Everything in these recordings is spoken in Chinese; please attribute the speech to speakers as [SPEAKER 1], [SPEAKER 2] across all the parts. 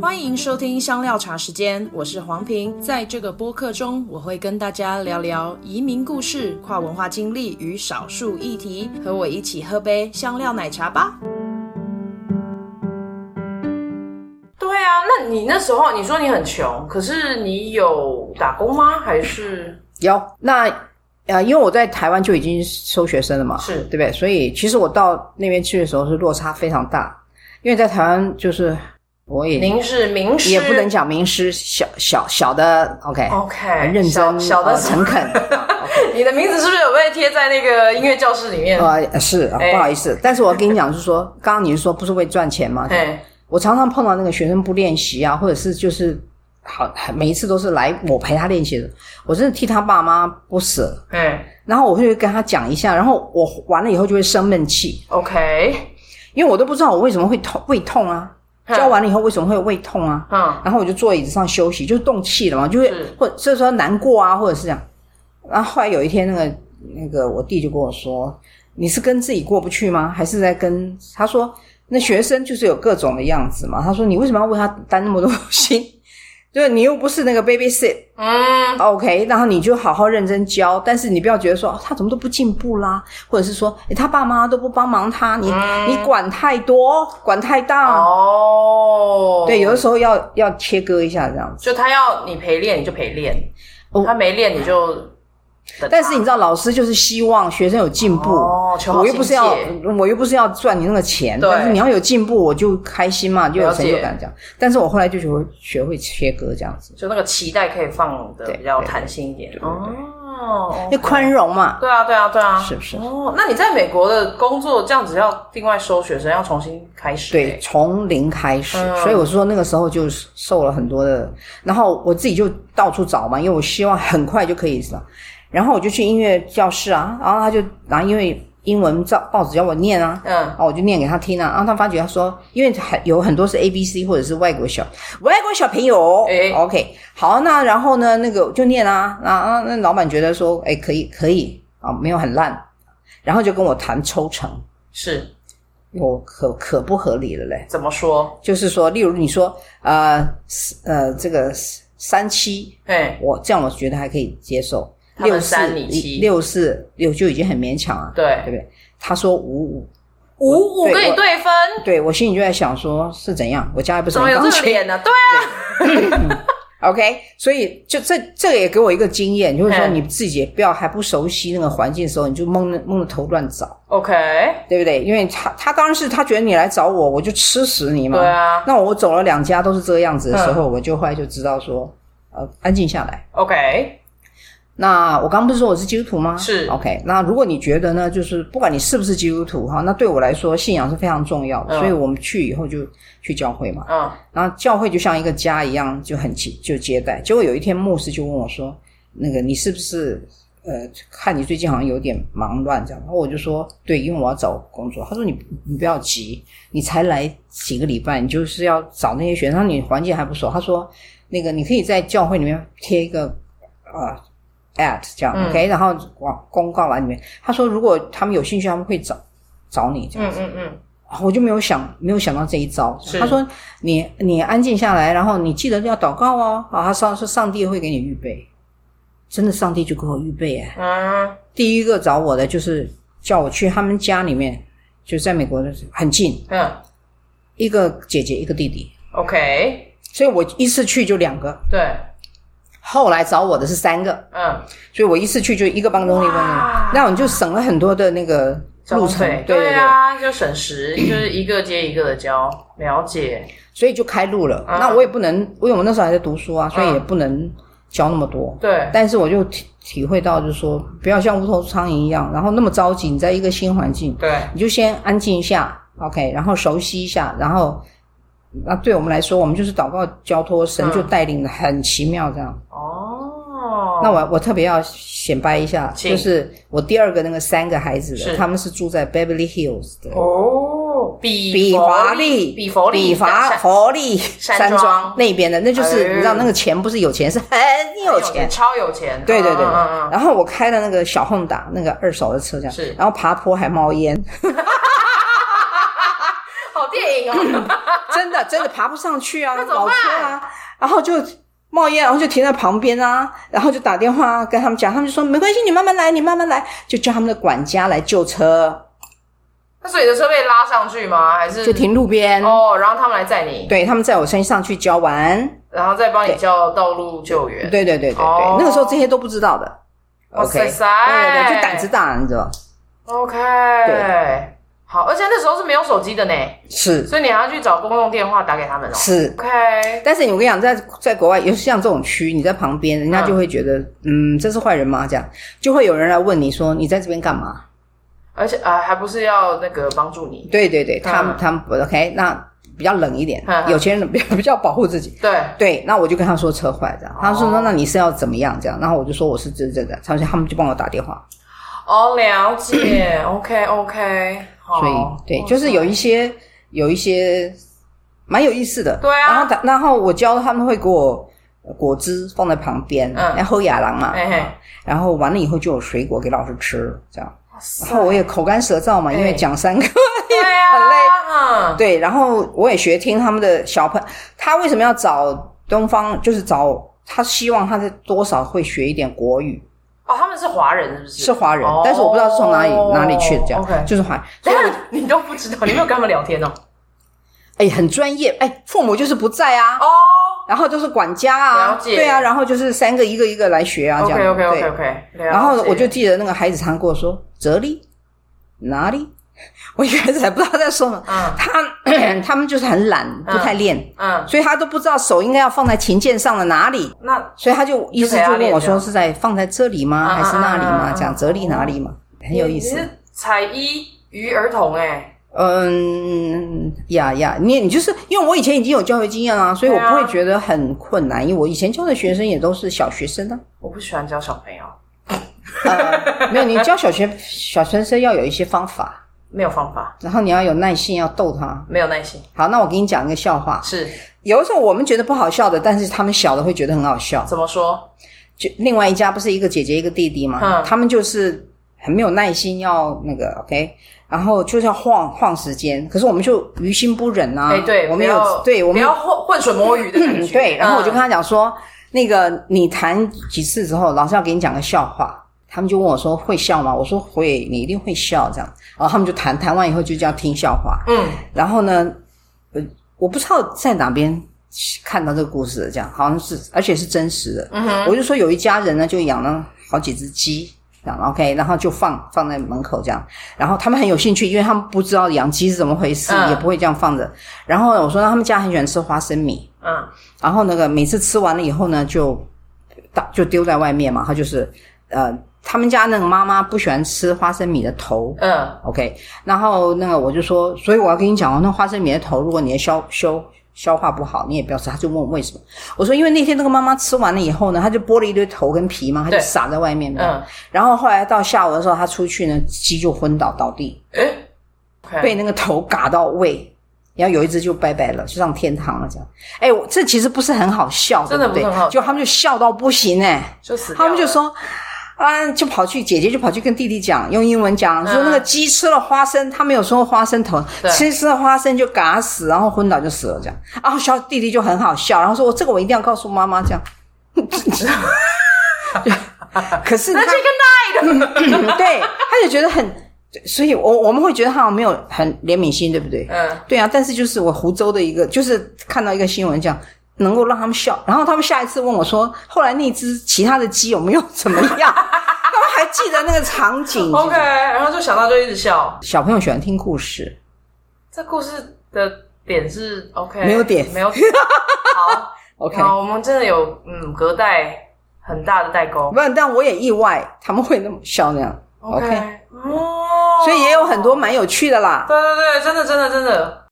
[SPEAKER 1] 欢迎收听香料茶时间，我是黄平。在这个播客中，我会跟大家聊聊移民故事、跨文化经历与少数议题。和我一起喝杯香料奶茶吧。
[SPEAKER 2] 对啊，那你那时候你说你很穷，可是你有打工吗？还是
[SPEAKER 3] 有那呃，因为我在台湾就已经收学生了嘛，
[SPEAKER 2] 是
[SPEAKER 3] 对不对？所以其实我到那边去的时候是落差非常大，因为在台湾就是我也
[SPEAKER 2] 您是名师？
[SPEAKER 3] 也不能讲名师，小小小的 OK，、
[SPEAKER 2] OK，
[SPEAKER 3] 很认真，
[SPEAKER 2] 小小的
[SPEAKER 3] 呃诚恳。啊 OK
[SPEAKER 2] 你的名字是不是有被贴在那个音乐教室里面？
[SPEAKER 3] 呃，是啊，
[SPEAKER 2] 哎
[SPEAKER 3] 不好意思，但是我跟你讲，就是说，刚刚你是说不是为赚钱吗？
[SPEAKER 2] 哎，
[SPEAKER 3] 我常常碰到那个学生不练习啊，或者是就是好，每一次都是来我陪他练习的，我真的替他爸妈不舍。
[SPEAKER 2] 哎
[SPEAKER 3] 然后我会跟他讲一下，然后我完了以后就会生闷气，
[SPEAKER 2] ，OK，
[SPEAKER 3] 因为我都不知道我为什么会痛胃痛啊，
[SPEAKER 2] 嗯
[SPEAKER 3] 教完了以后为什么会有胃痛啊？
[SPEAKER 2] 嗯，
[SPEAKER 3] 然后我就坐椅子上休息，就是动气了嘛，就会
[SPEAKER 2] 是
[SPEAKER 3] 或者所以说难过啊，或者是这样。然后后来有一天，那个那个我弟就跟我说：“你是跟自己过不去吗？还是在跟？”他说：“那学生就是有各种的样子嘛。”他说：“你为什么要为他担那么多心？ 就是你又不是那个 babysit，
[SPEAKER 2] 嗯，
[SPEAKER 3] OK，然后你就好好认真教，但是你不要觉得说、哦他怎么都不进步啦，或者是说、诶他爸妈都不帮忙他，你、
[SPEAKER 2] 嗯
[SPEAKER 3] 你管太多，管太大，
[SPEAKER 2] 哦，
[SPEAKER 3] 对，有的时候要要切割一下这样子。
[SPEAKER 2] 就他要你陪练，你就陪练；
[SPEAKER 3] 哦
[SPEAKER 2] 他没练，你就等他。
[SPEAKER 3] 但是你知道，老师就是希望学生有进步，
[SPEAKER 2] 哦求好
[SPEAKER 3] 我又不是要
[SPEAKER 2] 心，
[SPEAKER 3] 我又不是要赚你那个钱，
[SPEAKER 2] 对
[SPEAKER 3] 但是你要有进步，我就开心嘛，就有成就
[SPEAKER 2] 了
[SPEAKER 3] 感这样。但是我后来就学会学会切割这样子，
[SPEAKER 2] 就那个脐带可以放的
[SPEAKER 3] 对
[SPEAKER 2] 比较弹性一点
[SPEAKER 3] 对对
[SPEAKER 2] 哦，
[SPEAKER 3] 那宽容嘛，
[SPEAKER 2] 对啊，对啊，对啊，
[SPEAKER 3] 是不是
[SPEAKER 2] 哦，那你在美国的工作这样子要另外收学生，要重新开始、
[SPEAKER 3] 对，
[SPEAKER 2] 欸，
[SPEAKER 3] 从零开始，
[SPEAKER 2] 嗯
[SPEAKER 3] 所以我说那个时候就受了很多的，然后我自己就到处找嘛，因为我希望很快就可以是吧？然后我就去音乐教室啊，然后他就拿因为英文报报纸要我念啊，
[SPEAKER 2] 嗯
[SPEAKER 3] 然，后我就念给他听啊，然后他发觉他说，因为很有很多是 A B C 或者是外国小外国小朋友、
[SPEAKER 2] 哎
[SPEAKER 3] o k 好，那然后呢，那个我就念啊，啊啊，那老板觉得说，哎，可以可以啊，没有很烂，然后就跟我谈抽成，
[SPEAKER 2] 是
[SPEAKER 3] 我可可不合理了嘞。
[SPEAKER 2] 怎么说？
[SPEAKER 3] 就是说，例如你说，呃，是呃，这个三七，
[SPEAKER 2] 哎，
[SPEAKER 3] 我这样我觉得还可以接受。
[SPEAKER 2] 他们
[SPEAKER 3] 六四
[SPEAKER 2] 三你七
[SPEAKER 3] 六四六就已经很勉强了，对不
[SPEAKER 2] 对，
[SPEAKER 3] 对？他说五五，
[SPEAKER 2] 五五
[SPEAKER 3] 对
[SPEAKER 2] 跟你
[SPEAKER 3] 我
[SPEAKER 2] 对分，
[SPEAKER 3] 对我心里就在想说，是怎样？我家又不是
[SPEAKER 2] 怎么
[SPEAKER 3] 很
[SPEAKER 2] 有
[SPEAKER 3] 钢
[SPEAKER 2] 这个
[SPEAKER 3] 琴
[SPEAKER 2] 脸呢、对啊，
[SPEAKER 3] ，OK？所以就这这个也给我一个经验，就是说
[SPEAKER 2] 嗯
[SPEAKER 3] 你自己不要还不熟悉那个环境的时候，你就蒙着蒙着头乱找，
[SPEAKER 2] ，OK，
[SPEAKER 3] 对不对？因为他他当然是他觉得你来找我，我就吃死你嘛，
[SPEAKER 2] 对啊
[SPEAKER 3] 那我走了两家都是这个样子的时候，
[SPEAKER 2] 嗯
[SPEAKER 3] 我就后来就知道说，呃，安静下来。
[SPEAKER 2] ，OK，
[SPEAKER 3] 那我刚不是说我是基督徒吗？
[SPEAKER 2] 是
[SPEAKER 3] OK。那如果你觉得呢，就是不管你是不是基督徒哈，那对我来说信仰是非常重要的，
[SPEAKER 2] 嗯
[SPEAKER 3] 所以我们去以后就去教会嘛。
[SPEAKER 2] 嗯，
[SPEAKER 3] 然后教会就像一个家一样，就很接就接待。结果有一天牧师就问我说：“那个你是不是呃，看你最近好像有点忙乱这样？”然后我就说：“对，因为我要找工作。”他说你：“你不要急，你才来几个礼拜，你就是要找那些学生，然后你环境还不错。”他说：“那个你可以在教会里面贴一个啊。呃” at 这样、
[SPEAKER 2] 嗯
[SPEAKER 3] OK，然后往公告栏里面，他说如果他们有兴趣，他们会找找你这样。
[SPEAKER 2] 嗯嗯嗯，
[SPEAKER 3] 啊我就没有想没有想到这一招
[SPEAKER 2] 是。
[SPEAKER 3] 他说你你安静下来，然后你记得要祷告哦。啊，他上说上帝会给你预备，真的上帝就给我预备哎。
[SPEAKER 2] 嗯，
[SPEAKER 3] 第一个找我的就是叫我去他们家里面，就在美国的很近，
[SPEAKER 2] 嗯
[SPEAKER 3] 一个姐姐一个弟弟，
[SPEAKER 2] ，OK，
[SPEAKER 3] 所以我一次去就两个。
[SPEAKER 2] 对，
[SPEAKER 3] 后来找我的是三个，
[SPEAKER 2] 嗯，
[SPEAKER 3] 所以我一次去就一个帮东一个帮
[SPEAKER 2] 哇
[SPEAKER 3] 东，那我就省了很多的那个
[SPEAKER 2] 交
[SPEAKER 3] 路
[SPEAKER 2] 通
[SPEAKER 3] 程
[SPEAKER 2] 费，，
[SPEAKER 3] 对对
[SPEAKER 2] 对。啊，就省时，就是一个接一个的交，了解，
[SPEAKER 3] 所以就开路了。
[SPEAKER 2] 嗯
[SPEAKER 3] 那我也不能，因为我那时候还在读书啊，所以也不能教那么多。
[SPEAKER 2] 对，
[SPEAKER 3] 但是我就体体会到，就是说，不要像无头苍蝇一样，然后那么着急。你在一个新环境，
[SPEAKER 2] 对，
[SPEAKER 3] 你就先安静一下，OK，然后熟悉一下，然后那对我们来说，我们就是祷告交托，神
[SPEAKER 2] 嗯
[SPEAKER 3] 就带领的很奇妙这样。
[SPEAKER 2] 哦，
[SPEAKER 3] 那我我特别要显摆一下，
[SPEAKER 2] 请
[SPEAKER 3] 就是我第二个那个三个孩子
[SPEAKER 2] 是
[SPEAKER 3] 的，他们是住在 Beverly Hills 的。
[SPEAKER 2] 哦，比
[SPEAKER 3] 比
[SPEAKER 2] 佛
[SPEAKER 3] 华利，
[SPEAKER 2] 比佛利，
[SPEAKER 3] 比华佛利
[SPEAKER 2] 山
[SPEAKER 3] 山
[SPEAKER 2] 庄
[SPEAKER 3] 庄那边的，那就是、
[SPEAKER 2] 哎
[SPEAKER 3] 你知道那个钱不是有钱，是很有钱。
[SPEAKER 2] 超有钱，
[SPEAKER 3] 对对对，
[SPEAKER 2] 嗯嗯嗯
[SPEAKER 3] 然后我开了那个小 Honda 那个二手的车，这样
[SPEAKER 2] 是
[SPEAKER 3] 然后爬坡还冒烟，
[SPEAKER 2] 好电影哦，
[SPEAKER 3] 真的真的爬不上去啊，
[SPEAKER 2] 那怎么
[SPEAKER 3] 老车啊，然后就冒烟，然后就停在旁边啊，然后就打电话跟他们讲，他们就说没关系，你慢慢来，你慢慢来，就叫他们的管家来救车，
[SPEAKER 2] 那所以你的车被拉上去吗？还是
[SPEAKER 3] 就停路边。
[SPEAKER 2] 哦，然后他们来载你，
[SPEAKER 3] 对他们在我身上去浇完，
[SPEAKER 2] 然后再帮你叫道路救援。
[SPEAKER 3] 对对对对对，
[SPEAKER 2] 哦
[SPEAKER 3] 那个时候这些都不知道的。
[SPEAKER 2] 哇
[SPEAKER 3] OK，
[SPEAKER 2] 塞
[SPEAKER 3] 对
[SPEAKER 2] 塞哎
[SPEAKER 3] 对对，就胆子大，你知道？
[SPEAKER 2] ，OK，好，而且那时候是没有手机的呢，
[SPEAKER 3] 是
[SPEAKER 2] 所以你还要去找公用电话打给他们哦。
[SPEAKER 3] 是，
[SPEAKER 2] OK，
[SPEAKER 3] 但是我跟你讲，在在国外，尤其像这种区，你在旁边，人家
[SPEAKER 2] 嗯
[SPEAKER 3] 就会觉得，嗯这是坏人吗？这样就会有人来问你说，你在这边干嘛？
[SPEAKER 2] 而且啊、呃还不是要那个帮助你。
[SPEAKER 3] 对对对，他们、
[SPEAKER 2] 嗯
[SPEAKER 3] 他们不 OK，那比较冷一点，
[SPEAKER 2] 嗯嗯
[SPEAKER 3] 有钱人比较比较保护自己。
[SPEAKER 2] 对，
[SPEAKER 3] 对，那我就跟他说车坏这样，他说
[SPEAKER 2] 哦
[SPEAKER 3] 那那你是要怎么样这样，然后我就说我是这这这，他说他们就帮我打电话，
[SPEAKER 2] 哦，了 解。OK OK，好。
[SPEAKER 3] 所以对，就是有一些有一些蛮有意思的，
[SPEAKER 2] 对啊
[SPEAKER 3] 然后他然后我教他们会给我果汁放在旁边，
[SPEAKER 2] 嗯
[SPEAKER 3] 然后亚郎嘛，
[SPEAKER 2] 嘿嘿
[SPEAKER 3] 然后完了以后就有水果给老师吃这样，
[SPEAKER 2] 哇塞
[SPEAKER 3] 然后我也口干舌燥嘛，因
[SPEAKER 2] 哎
[SPEAKER 3] 为 讲三个。
[SPEAKER 2] 对啊，
[SPEAKER 3] 很累
[SPEAKER 2] 嗯，
[SPEAKER 3] 对，然后我也学听他们的小朋他为什么要找东方，就是找他希望他是多少会学一点国语，
[SPEAKER 2] 哦，他们是华人是不是？哦
[SPEAKER 3] 是华人，但是我不知道是从哪里、哪里去的，这样
[SPEAKER 2] OK，
[SPEAKER 3] 就是华人，所以
[SPEAKER 2] 但是你都不知道，你没有跟他们聊天哦。
[SPEAKER 3] 哎很专业，哎父母就是不在啊，
[SPEAKER 2] 哦
[SPEAKER 3] 然后就是管家啊
[SPEAKER 2] 了，解
[SPEAKER 3] 对啊，然后就是三个一个一个来学啊，这样
[SPEAKER 2] ，OK OK OK
[SPEAKER 3] 对
[SPEAKER 2] OK，
[SPEAKER 3] 然后我就记得那个孩子常跟我说哲理哪里， 我一开始还不知道他在说什么，
[SPEAKER 2] 嗯
[SPEAKER 3] 他 他们就是很懒，不太练。
[SPEAKER 2] 嗯，
[SPEAKER 3] 所以他都不知道手应该要放在琴键上的哪里，
[SPEAKER 2] 那
[SPEAKER 3] 所以他就意思就问我说是在放在这里吗，
[SPEAKER 2] 啊
[SPEAKER 3] 还是那里
[SPEAKER 2] 啊啊啊
[SPEAKER 3] 吗？讲这里哪里嘛，很有意
[SPEAKER 2] 你
[SPEAKER 3] 思。
[SPEAKER 2] 是彩衣与儿童哎，
[SPEAKER 3] 嗯呀呀，你你就是因为我以前已经有教学经验啊，所以我
[SPEAKER 2] 对啊
[SPEAKER 3] 不会觉得很困难，因为我以前教的学生也都是小学生 啊。
[SPEAKER 2] 我不喜欢教小朋友，
[SPEAKER 3] 呃，没有，你教小学小学生要有一些方法，
[SPEAKER 2] 没有方法，
[SPEAKER 3] 然后你要有耐心，要逗他。
[SPEAKER 2] 没有耐心，
[SPEAKER 3] 好，那我给你讲一个笑话，
[SPEAKER 2] 是
[SPEAKER 3] 有的时候我们觉得不好笑的，但是他们小的会觉得很好笑。
[SPEAKER 2] 怎么说？
[SPEAKER 3] 就另外一家不是一个姐姐一个弟弟嘛，
[SPEAKER 2] 嗯
[SPEAKER 3] 他们就是很没有耐心要那个 OK，然后就是要晃晃时间，可是我们就于心不忍啊，
[SPEAKER 2] 哎，对，
[SPEAKER 3] 我们
[SPEAKER 2] 不
[SPEAKER 3] 有
[SPEAKER 2] 要
[SPEAKER 3] 对我
[SPEAKER 2] 不
[SPEAKER 3] 们
[SPEAKER 2] 要混混水摸鱼的感觉，
[SPEAKER 3] 对，然后我就
[SPEAKER 2] 嗯
[SPEAKER 3] 跟他讲说，那个你弹几次之后，老师要给你讲个笑话。他们就问我说：“会笑吗？”我说：“会，你一定会笑。”这样，然后他们就弹，弹完以后就叫听笑话。
[SPEAKER 2] 嗯，
[SPEAKER 3] 然后呢，呃，我不知道在哪边看到这个故事的，这样好像是，而且是真实的。
[SPEAKER 2] 嗯哼
[SPEAKER 3] 我就说有一家人呢，就养了好几只鸡，这样 OK，然后就放放在门口这样，然后他们很有兴趣，因为他们不知道养鸡是怎么回事，
[SPEAKER 2] 嗯
[SPEAKER 3] 也不会这样放着。然后呢我说他们家很喜欢吃花生米，
[SPEAKER 2] 嗯
[SPEAKER 3] 然后那个每次吃完了以后呢，就到就丢在外面嘛，他就是呃，他们家那个妈妈不喜欢吃花生米的头，
[SPEAKER 2] 嗯，
[SPEAKER 3] OK，然后那个我就说，所以我要跟你讲哦，那花生米的头，如果你的消消消化不好，你也不要吃。他就问我为什么，我说因为那天那个妈妈吃完了以后呢，她就剥了一堆头跟皮嘛，她就
[SPEAKER 2] 对
[SPEAKER 3] 撒在外面嘛。
[SPEAKER 2] 嗯
[SPEAKER 3] 然后后来到下午的时候，她出去呢，鸡就昏倒倒地，
[SPEAKER 2] 哎，OK，
[SPEAKER 3] 被那个头嘎到胃。然后有一只就拜拜了，就上天堂了，这样。哎，我这其实不是很好笑，
[SPEAKER 2] 真的
[SPEAKER 3] 对
[SPEAKER 2] 不
[SPEAKER 3] 对
[SPEAKER 2] 是很好
[SPEAKER 3] 就他们就笑到不行哎、
[SPEAKER 2] 就死掉
[SPEAKER 3] 他
[SPEAKER 2] 了，
[SPEAKER 3] 们就说。啊，就跑去姐姐就跑去跟弟弟讲，用英文讲说
[SPEAKER 2] 嗯
[SPEAKER 3] 那个鸡吃了花生，他们有时候花生头
[SPEAKER 2] 对，
[SPEAKER 3] 吃吃了花生就嘎死，然后昏倒就死了这样。然后小弟弟就很好笑，然后说我这个我一定要告诉妈妈这样。 可是他嗯
[SPEAKER 2] Chicken Night，
[SPEAKER 3] 对，他就觉得很，所以我我们会觉得他好像没有很怜悯心，对不对？
[SPEAKER 2] 嗯，
[SPEAKER 3] 对啊，但是就是我湖州的一个，就是看到一个新闻这样。能够让他们笑，然后他们下一次问我说：“后来那只其他的鸡有没有怎么样？” 他们还记得那个场景。
[SPEAKER 2] OK，然后就想到就一直笑。
[SPEAKER 3] 小朋友喜欢听故事，
[SPEAKER 2] 这故事的点是 OK，
[SPEAKER 3] 没有点
[SPEAKER 2] 没有点。好
[SPEAKER 3] OK
[SPEAKER 2] 好，我们真的有嗯隔代很大的代沟。
[SPEAKER 3] 不然但我也意外他们会那么笑那样。OK，,
[SPEAKER 2] 哦，
[SPEAKER 3] 所以也有很多蛮有趣的啦。
[SPEAKER 2] 对对对，真的真的真的。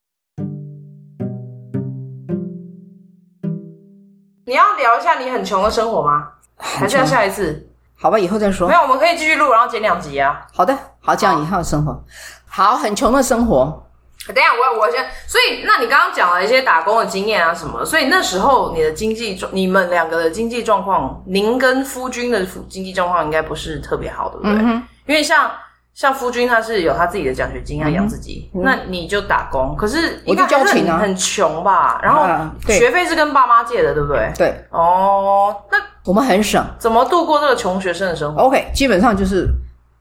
[SPEAKER 2] 你要聊一下你很穷的生活吗？还是要下一次？
[SPEAKER 3] 好吧，以后再说
[SPEAKER 2] 没。有，我们可以继续录，然后剪两集啊。
[SPEAKER 3] 好的，好，这样以后的生活，好，很穷的生活。
[SPEAKER 2] 等一下，我我先，所以那你刚刚讲了一些打工的经验啊什么，所以那时候你的经济状，你们两个的经济状况，您跟夫君的夫经济状况应该不是特别好，对不对？
[SPEAKER 3] 嗯哼，
[SPEAKER 2] 因为像像夫君他是有他自己的奖学金要
[SPEAKER 3] 嗯
[SPEAKER 2] 养自己，那你就打工。可是
[SPEAKER 3] 我就
[SPEAKER 2] 应该还是
[SPEAKER 3] 交情啊
[SPEAKER 2] 很很穷吧？然
[SPEAKER 3] 啊
[SPEAKER 2] 后
[SPEAKER 3] 对
[SPEAKER 2] 学费是跟爸妈借的，对不对？
[SPEAKER 3] 对
[SPEAKER 2] 哦，那
[SPEAKER 3] 我们很省。
[SPEAKER 2] 怎么度过这个穷学生的生活？
[SPEAKER 3] OK，基本上就是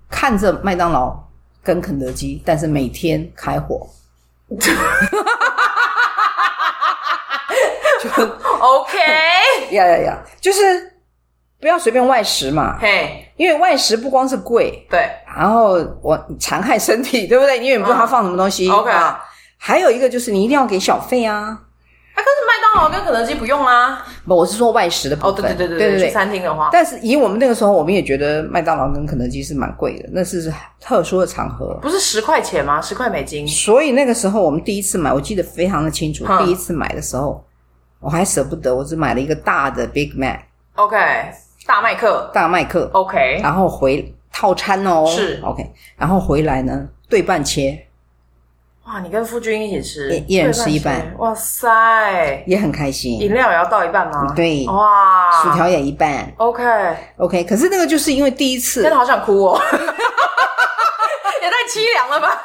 [SPEAKER 3] 看着麦当劳跟肯德基，但是每天开火。
[SPEAKER 2] OK，
[SPEAKER 3] 呀呀呀！就是不要随便外食嘛，
[SPEAKER 2] 嘿，
[SPEAKER 3] 因为外食不光是贵，
[SPEAKER 2] 对啊
[SPEAKER 3] 然后我残害身体，对不对？你也不知道它放什么东西。
[SPEAKER 2] ，OK。
[SPEAKER 3] 啊
[SPEAKER 2] 啊，
[SPEAKER 3] 还有一个就是你一定要给小费啊。
[SPEAKER 2] 可是麦当劳跟肯德基不用啊。
[SPEAKER 3] 不，我是说外食的部分。
[SPEAKER 2] 哦，对对对
[SPEAKER 3] 对
[SPEAKER 2] 对去
[SPEAKER 3] 对。
[SPEAKER 2] 餐厅的话，
[SPEAKER 3] 但是以我们那个时候，我们也觉得麦当劳跟肯德基是蛮贵的，那是特殊的场合。
[SPEAKER 2] 不是十块钱吗？十块美金。
[SPEAKER 3] 所以那个时候我们第一次买，我记得非常的清楚。
[SPEAKER 2] 嗯
[SPEAKER 3] 第一次买的时候，我还舍不得，我只买了一个大的 Big Mac
[SPEAKER 2] OK，大麦克。
[SPEAKER 3] 大麦克，
[SPEAKER 2] OK，
[SPEAKER 3] 然后回套餐哦，
[SPEAKER 2] 是
[SPEAKER 3] OK，然后回来呢对半切，
[SPEAKER 2] 哇，你跟夫君一起吃，
[SPEAKER 3] 一一人吃一半
[SPEAKER 2] 对半吃哇塞，
[SPEAKER 3] 也很开心，
[SPEAKER 2] 饮料也要倒一半吗？
[SPEAKER 3] 对
[SPEAKER 2] 哇，
[SPEAKER 3] 薯条也一半
[SPEAKER 2] OK，
[SPEAKER 3] ，OK。可是那个就是因为第一次
[SPEAKER 2] 真的，好想哭哦， 也太凄凉了吧！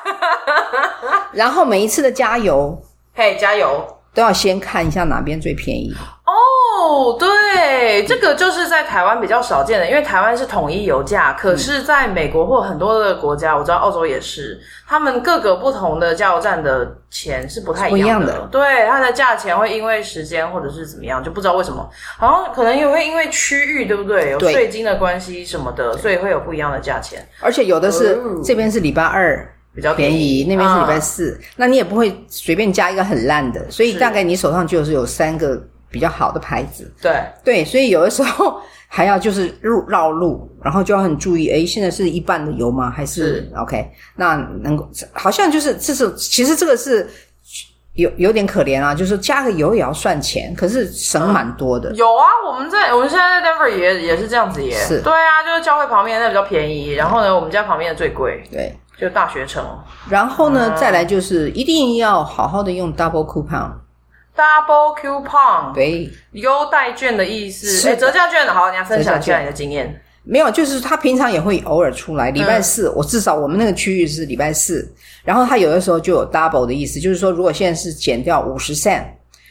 [SPEAKER 3] 然后每一次的加油
[SPEAKER 2] 嘿、加油！
[SPEAKER 3] 都要先看一下哪边最便宜，
[SPEAKER 2] 哦，对，这个就是在台湾比较少见的，因为台湾是统一油
[SPEAKER 3] 嗯
[SPEAKER 2] 价，可是在美国或很多的国家，我知道澳洲也是，他们各个不同的加油站的钱是不太一样的，
[SPEAKER 3] 不一样的
[SPEAKER 2] 对，它的价钱会因为时间或者是怎么样，就不知道为什么，好像可能也会因为区域，对不对？有
[SPEAKER 3] 对
[SPEAKER 2] 税金的关系什么的，所以会有不一样的价钱，
[SPEAKER 3] 而且有的是、
[SPEAKER 2] 哦
[SPEAKER 3] 这边是礼拜二。
[SPEAKER 2] 比较
[SPEAKER 3] 便宜，那边是礼拜
[SPEAKER 2] 嗯
[SPEAKER 3] 四，那你也不会随便加一个很烂的，所以大概你手上就是有三个比较好的牌子，
[SPEAKER 2] 对。
[SPEAKER 3] 对，所以有的时候 还要就是路绕路，然后就要很注意，诶，现在是一半的油吗？还是 OK？那能够好像就是这是其实这个是有有点可怜啊，就是加个油也要算钱，可是省蛮多的，
[SPEAKER 2] 有啊，我们在我们现在在 Denver 也也是这样子耶。
[SPEAKER 3] 是
[SPEAKER 2] 对啊，就是教会旁边那比较便宜，然后呢，我们家旁边的最贵，
[SPEAKER 3] 对。
[SPEAKER 2] 就大学城
[SPEAKER 3] 然后呢，再来就是一定要好好的用 double coupon，
[SPEAKER 2] Double Coupon
[SPEAKER 3] 对，
[SPEAKER 2] 优待券的意思，
[SPEAKER 3] 是
[SPEAKER 2] 哎，折价券好，你要分享一下
[SPEAKER 3] 折价券
[SPEAKER 2] 你的经验。
[SPEAKER 3] 没有，就是他平常也会偶尔出来。礼
[SPEAKER 2] 嗯
[SPEAKER 3] 拜四，我至少我们那个区域是礼拜四，然后他有的时候就有 double 的意思，就是说如果现在是减掉五十 cent，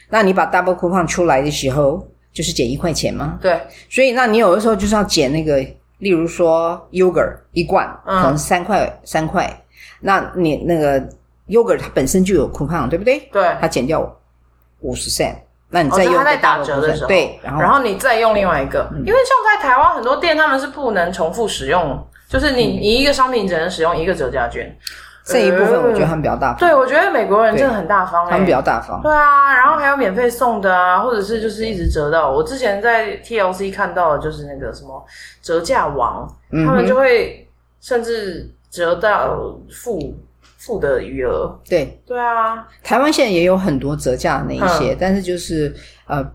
[SPEAKER 3] 那你把 double coupon 出来的时候，就是减一块钱嘛。
[SPEAKER 2] 对，
[SPEAKER 3] 所以那你有的时候就是要减那个，例如说 yogurt 一罐，
[SPEAKER 2] 嗯
[SPEAKER 3] 可能三块三块，那你那个 yogurt 它本身就有 coupon，对不对？
[SPEAKER 2] 对
[SPEAKER 3] 它减掉五十 cent，那你
[SPEAKER 2] 哦，
[SPEAKER 3] 再
[SPEAKER 2] 就
[SPEAKER 3] 用
[SPEAKER 2] 他在
[SPEAKER 3] double
[SPEAKER 2] 打折的
[SPEAKER 3] coupon，
[SPEAKER 2] 时候，
[SPEAKER 3] 对，然后
[SPEAKER 2] 然后你再用另外一个，
[SPEAKER 3] 嗯
[SPEAKER 2] 因为像在台湾很多店他们是不能重复使用，就是你
[SPEAKER 3] 嗯
[SPEAKER 2] 你一个商品只能使用一个折价券。
[SPEAKER 3] 这一部分我觉得他们比较大方，
[SPEAKER 2] 对，我觉得美国人真的很大方，
[SPEAKER 3] 他
[SPEAKER 2] 哎
[SPEAKER 3] 们比较大方。
[SPEAKER 2] 对啊，然后还有免费送的啊，或者是就是一直折到。我之前在 TLC 看到的就是那个什么折价王，
[SPEAKER 3] 嗯哼
[SPEAKER 2] 他们就会甚至折到负负的余额。
[SPEAKER 3] 对，
[SPEAKER 2] 对啊，
[SPEAKER 3] 台湾现在也有很多折价的那一
[SPEAKER 2] 嗯
[SPEAKER 3] 些，但是就是呃，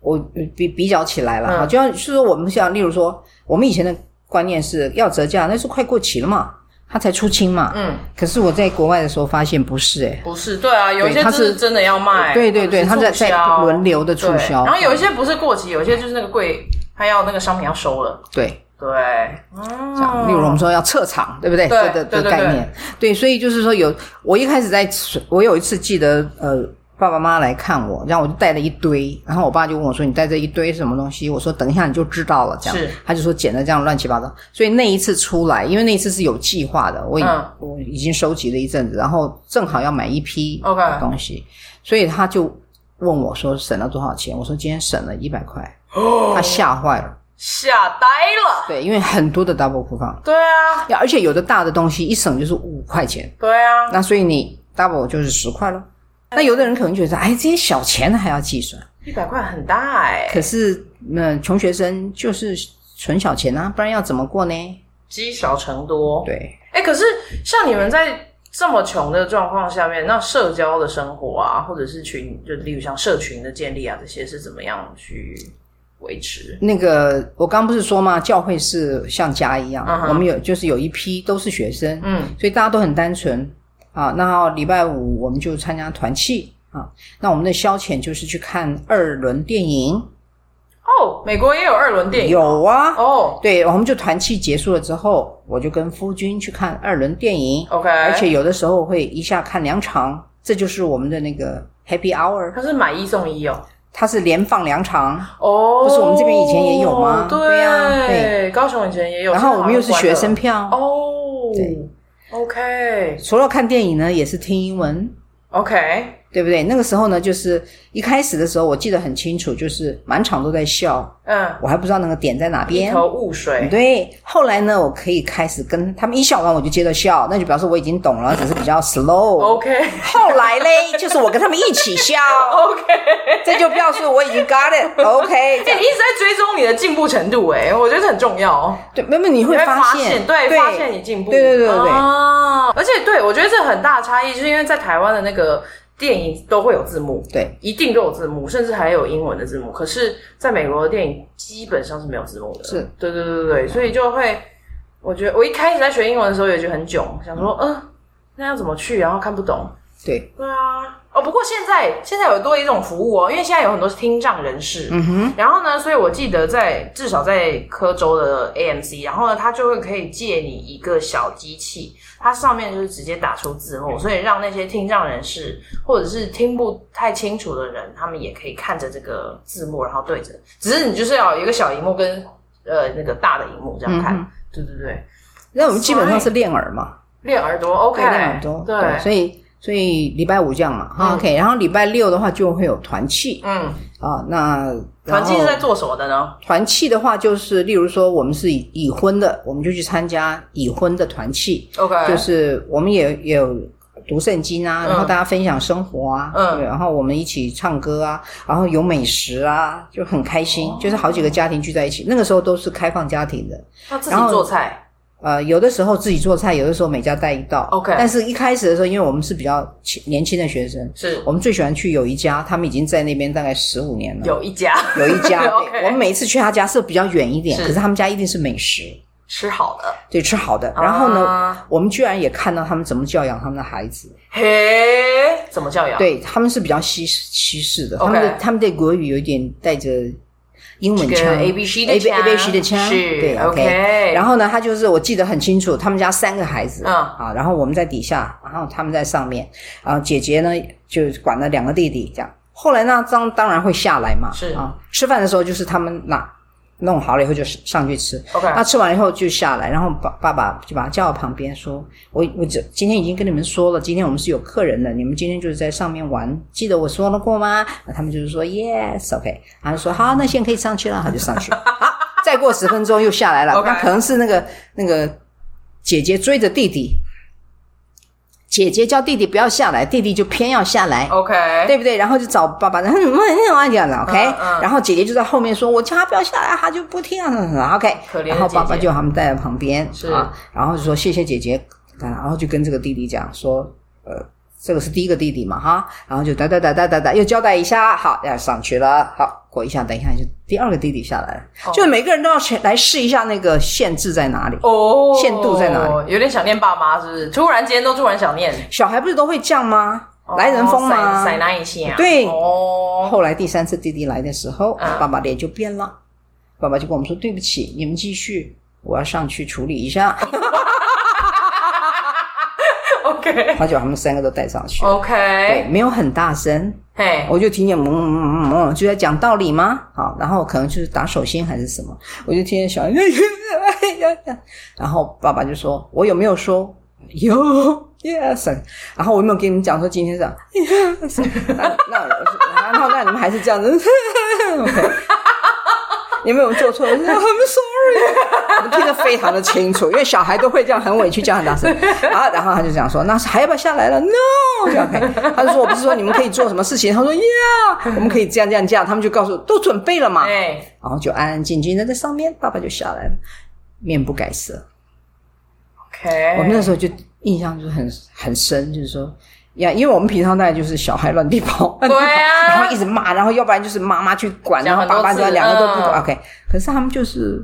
[SPEAKER 3] 我比比较起来了哈，
[SPEAKER 2] 嗯
[SPEAKER 3] 就像是说我们像例如说，我们以前的观念是要折价，那是快过期了嘛，它才出清嘛。
[SPEAKER 2] 嗯，
[SPEAKER 3] 可是我在国外的时候发现不是诶、
[SPEAKER 2] 不是，对啊，有一些
[SPEAKER 3] 对它
[SPEAKER 2] 就是是真的要卖，
[SPEAKER 3] 对对对，它
[SPEAKER 2] 或者
[SPEAKER 3] 在
[SPEAKER 2] 哎是
[SPEAKER 3] 在
[SPEAKER 2] 促销
[SPEAKER 3] 轮流的促
[SPEAKER 2] 对
[SPEAKER 3] 销，
[SPEAKER 2] 然后有一些不是过期，有一些就是那个贵，他要那个商品要收了。
[SPEAKER 3] 对，
[SPEAKER 2] 对，
[SPEAKER 3] 这样例如我们说要撤场，对不对？
[SPEAKER 2] 哦对
[SPEAKER 3] 这
[SPEAKER 2] 对
[SPEAKER 3] 个这个
[SPEAKER 2] 对
[SPEAKER 3] 概念，对，所以就是说有我一开始在，我有一次记得呃。爸爸妈妈来看我，然后我就带了一堆，然后我爸就问我说：“你带这一堆是什么东西？”我说：“等一下你就知道了。”这样
[SPEAKER 2] 是，
[SPEAKER 3] 他就说捡的这样乱七八糟。所以那一次出来，因为那一次是有计划的，我已、
[SPEAKER 2] 嗯
[SPEAKER 3] 我已经收集了一阵子，然后正好要买一批
[SPEAKER 2] OK
[SPEAKER 3] 东西，所以他就问我说：“省了多少钱？”我说：“今天省了一百块。”他吓坏了，
[SPEAKER 2] 吓呆了。
[SPEAKER 3] 对，因为很多的 double coupon，
[SPEAKER 2] 对啊，
[SPEAKER 3] 而且有的大的东西一省就是五块钱，
[SPEAKER 2] 对啊，
[SPEAKER 3] 那所以你 double 就是十块咯。那有的人可能觉得，哎，这些小钱还要计算，
[SPEAKER 2] 一百块很大哎、
[SPEAKER 3] 可是嗯，穷学生就是存小钱啊，不然要怎么过呢？
[SPEAKER 2] 积少成多。
[SPEAKER 3] 对，
[SPEAKER 2] 哎、可是像你们在这么穷的状况下面，那社交的生活啊，或者是群，就例如像社群的建立啊，这些是怎么样去维持？
[SPEAKER 3] 那个我刚不是说嘛，教会是像家一样
[SPEAKER 2] 嗯哼
[SPEAKER 3] 我们有就是有一批都是学生，
[SPEAKER 2] 嗯，
[SPEAKER 3] 所以大家都很单纯啊。那礼拜五我们就参加团契啊，那我们的消遣就是去看二轮电影，
[SPEAKER 2] 哦，美国也有二轮电影
[SPEAKER 3] 有啊，
[SPEAKER 2] 哦
[SPEAKER 3] 对，我们就团契结束了之后，我就跟夫君去看二轮电影，
[SPEAKER 2] ，OK，
[SPEAKER 3] 而且有的时候会一下看两场，这就是我们的那个 Happy Hour，
[SPEAKER 2] 它是买一送一哦。
[SPEAKER 3] 它是连放两场，
[SPEAKER 2] 哦，
[SPEAKER 3] 不是我们这边以前也有吗
[SPEAKER 2] 对
[SPEAKER 3] 对呀对啊
[SPEAKER 2] 高雄以前也有。
[SPEAKER 3] 然后我们又是学生票，
[SPEAKER 2] 哦，
[SPEAKER 3] 对
[SPEAKER 2] ，OK
[SPEAKER 3] 除了看电影呢，也是听英文。
[SPEAKER 2] OK，
[SPEAKER 3] 对不对？那个时候呢，就是一开始的时候，我记得很清楚，就是满场都在笑，
[SPEAKER 2] 嗯，
[SPEAKER 3] 我还不知道那个点在哪
[SPEAKER 2] 一
[SPEAKER 3] 边。
[SPEAKER 2] 头雾水，
[SPEAKER 3] 对，后来呢，我可以开始跟他们一笑完，我就接着笑，那就表示我已经懂了，只是比较 slow。
[SPEAKER 2] ，OK
[SPEAKER 3] 后来嘞，就是我跟他们一起笑，
[SPEAKER 2] OK，
[SPEAKER 3] 这就表示我已经 got it，OK、这
[SPEAKER 2] 哎，
[SPEAKER 3] 样
[SPEAKER 2] 你一直在追踪你的进步程度，哎，我觉得这很重要。
[SPEAKER 3] 对，妹妹你会
[SPEAKER 2] 你会
[SPEAKER 3] 发
[SPEAKER 2] 现，
[SPEAKER 3] 现，
[SPEAKER 2] 对，发现你进步，
[SPEAKER 3] 对对对对对
[SPEAKER 2] 哦而且对我觉得这很大的差异，就是因为在台湾的那个电影都会有字幕，
[SPEAKER 3] 对
[SPEAKER 2] 一定都有字幕，甚至还有英文的字幕。可是，在美国的电影基本上是没有字幕的。
[SPEAKER 3] 是，
[SPEAKER 2] 对对对对对，所以就会，我觉得我一开始在学英文的时候也觉得很囧，想说，嗯、那要怎么去？然后看不懂。
[SPEAKER 3] 对，
[SPEAKER 2] 对啊，哦，不过现在现在有多一种服务哦，因为现在有很多是听障人士，
[SPEAKER 3] 嗯哼，
[SPEAKER 2] 然后呢，所以我记得在至少在科州的 AMC，然后呢，它就会可以借你一个小机器，它上面就是直接打出字幕，所以让那些听障人士或者是听不太清楚的人，他们也可以看着这个字幕，然后对着。只是你就是要有一个小荧幕跟呃那个大的荧幕这样看。
[SPEAKER 3] 嗯
[SPEAKER 2] 对对对，
[SPEAKER 3] 那我们基本上是练耳嘛，
[SPEAKER 2] 练耳朵 OK，
[SPEAKER 3] 对，练耳朵，
[SPEAKER 2] 对，
[SPEAKER 3] 所以所以礼拜五这样嘛、
[SPEAKER 2] 嗯
[SPEAKER 3] o k 然后礼拜六的话就会有团契，
[SPEAKER 2] 嗯，
[SPEAKER 3] 啊，那然
[SPEAKER 2] 团
[SPEAKER 3] 后
[SPEAKER 2] 契是在做什么的呢？
[SPEAKER 3] 团契的话，就是例如说我们是已已婚的，我们就去参加已婚的团契，
[SPEAKER 2] 嗯 OK，
[SPEAKER 3] 就是我们也也有读圣经啊，
[SPEAKER 2] 嗯
[SPEAKER 3] 然后大家分享生活啊，
[SPEAKER 2] 嗯
[SPEAKER 3] 对然后我们一起唱歌啊，然后有美食啊，就很开心，
[SPEAKER 2] 哦
[SPEAKER 3] 就是好几个家庭聚在一起。那个时候都是开放家庭的，
[SPEAKER 2] 他自己
[SPEAKER 3] 然后
[SPEAKER 2] 做菜
[SPEAKER 3] 呃，有的时候自己做菜，有的时候每家带一道。
[SPEAKER 2] OK
[SPEAKER 3] 但是一开始的时候，因为我们是比较轻年轻的学生，
[SPEAKER 2] 是
[SPEAKER 3] 我们最喜欢去有一家，他们已经在那边大概十五年 了。
[SPEAKER 2] 有一家
[SPEAKER 3] 有一 家，
[SPEAKER 2] OK
[SPEAKER 3] 对我们每次去他家是比较远一点，
[SPEAKER 2] 是
[SPEAKER 3] 可是他们家一定是美食，
[SPEAKER 2] 吃好的，
[SPEAKER 3] 对，吃好的。然后呢，
[SPEAKER 2] 啊
[SPEAKER 3] 我们居然也看到他们怎么教养他们的孩子，
[SPEAKER 2] 嘿，怎么教养？
[SPEAKER 3] 对他们是比较西西式的，
[SPEAKER 2] OK
[SPEAKER 3] 他们的他们对国语有一点带着英文
[SPEAKER 2] 这
[SPEAKER 3] 腔
[SPEAKER 2] 个 A B C 的
[SPEAKER 3] A B
[SPEAKER 2] 腔
[SPEAKER 3] A B C 的腔，
[SPEAKER 2] 是
[SPEAKER 3] 对
[SPEAKER 2] OK
[SPEAKER 3] 然后呢，他就是我记得很清楚，他们家三个孩子，
[SPEAKER 2] 嗯
[SPEAKER 3] 啊，然后我们在底下，然后他们在上面，然后姐姐呢就管了两个弟弟这样。后来呢，当当然会下来嘛，
[SPEAKER 2] 是
[SPEAKER 3] 啊，吃饭的时候就是他们拿弄好了以后就上去吃，
[SPEAKER 2] OK，
[SPEAKER 3] 那吃完以后就下来，然后爸爸爸就把他叫到旁边说：“我我这今天已经跟你们说了，今天我们是有客人的，你们今天就是在上面玩，记得我说了过吗？”那他们就是说 “yes OK”，然后说：“好，那现在可以上去了。”他就上去了。好，再过十分钟又下来了
[SPEAKER 2] OK
[SPEAKER 3] 那可能是那个那个姐姐追着弟弟，姐姐叫弟弟不要下来，弟弟就偏要下来。
[SPEAKER 2] OK，
[SPEAKER 3] 对不对？然后就找爸爸，然后嗯嗯嗯这样子，OK、
[SPEAKER 2] 哎嗯嗯
[SPEAKER 3] 然后姐姐就在后面说：“我叫他不要下来，他就不听啊嗯嗯，OK。
[SPEAKER 2] 可怜的
[SPEAKER 3] 然后爸
[SPEAKER 2] 姐
[SPEAKER 3] 爸
[SPEAKER 2] 姐
[SPEAKER 3] 就把他们带到旁边，
[SPEAKER 2] 是
[SPEAKER 3] 啊，然后就说谢谢姐姐，然后就跟这个弟弟讲说：“呃，这个是第一个弟弟嘛，哈。”然后就哒哒哒哒哒哒，又交代一下，好，要上去了，好，过一下，等一下就第二个弟弟下来了，
[SPEAKER 2] 哦
[SPEAKER 3] 就每个人都要去来试一下那个限制在哪里。
[SPEAKER 2] 哦，
[SPEAKER 3] 限度在哪
[SPEAKER 2] 里？有点想念爸妈，是不是？突然间都突然想念，
[SPEAKER 3] 小孩不是都会这样吗？来人疯吗？
[SPEAKER 2] 哦塞那一下，
[SPEAKER 3] 对
[SPEAKER 2] 哦，
[SPEAKER 3] 后来第三次弟弟来的时候，
[SPEAKER 2] 嗯
[SPEAKER 3] 爸爸脸就变了，爸爸就跟我们说：“对不起，你们继续，我要上去处理一下。
[SPEAKER 2] OK
[SPEAKER 3] 他就把他们三个都带上去，对，
[SPEAKER 2] OK，
[SPEAKER 3] 没有很大声，
[SPEAKER 2] 嘿，
[SPEAKER 3] 我就听见嗯嗯嗯嗯，就在讲道理吗？好，然后可能就是打手心还是什么，我就听见小孩，然后爸爸就说：“我有没有说有？Yes。”然后我有没有跟你们讲说今天是 Yes？那那然后那你们还是这样子，OK？你们有没有做错？我说 I'm sorry，我们听得非常的清楚，因为小孩都会这样很委屈，这样很大声。然后，然后他就这样说：“那还要不要下来了？”No，这样可以。他就说：“我不是说你们可以做什么事情？”他说：“Yeah，我们可以这样这样这样。”他们就告诉我都准备了嘛，
[SPEAKER 2] 哎，
[SPEAKER 3] 然后就安安静静的在上面，爸爸就下来了，面不改色。
[SPEAKER 2] OK，
[SPEAKER 3] 我们那时候就印象就是很很深，就是说。呀，因为我们平常大概就是小孩乱地跑， 乱地跑
[SPEAKER 2] 对啊
[SPEAKER 3] 然后一直骂，然后要不然就是妈妈去管，
[SPEAKER 2] 讲
[SPEAKER 3] 然后
[SPEAKER 2] 很多
[SPEAKER 3] 爸爸
[SPEAKER 2] 次
[SPEAKER 3] 说两个都不管、
[SPEAKER 2] 嗯
[SPEAKER 3] OK。可是他们就是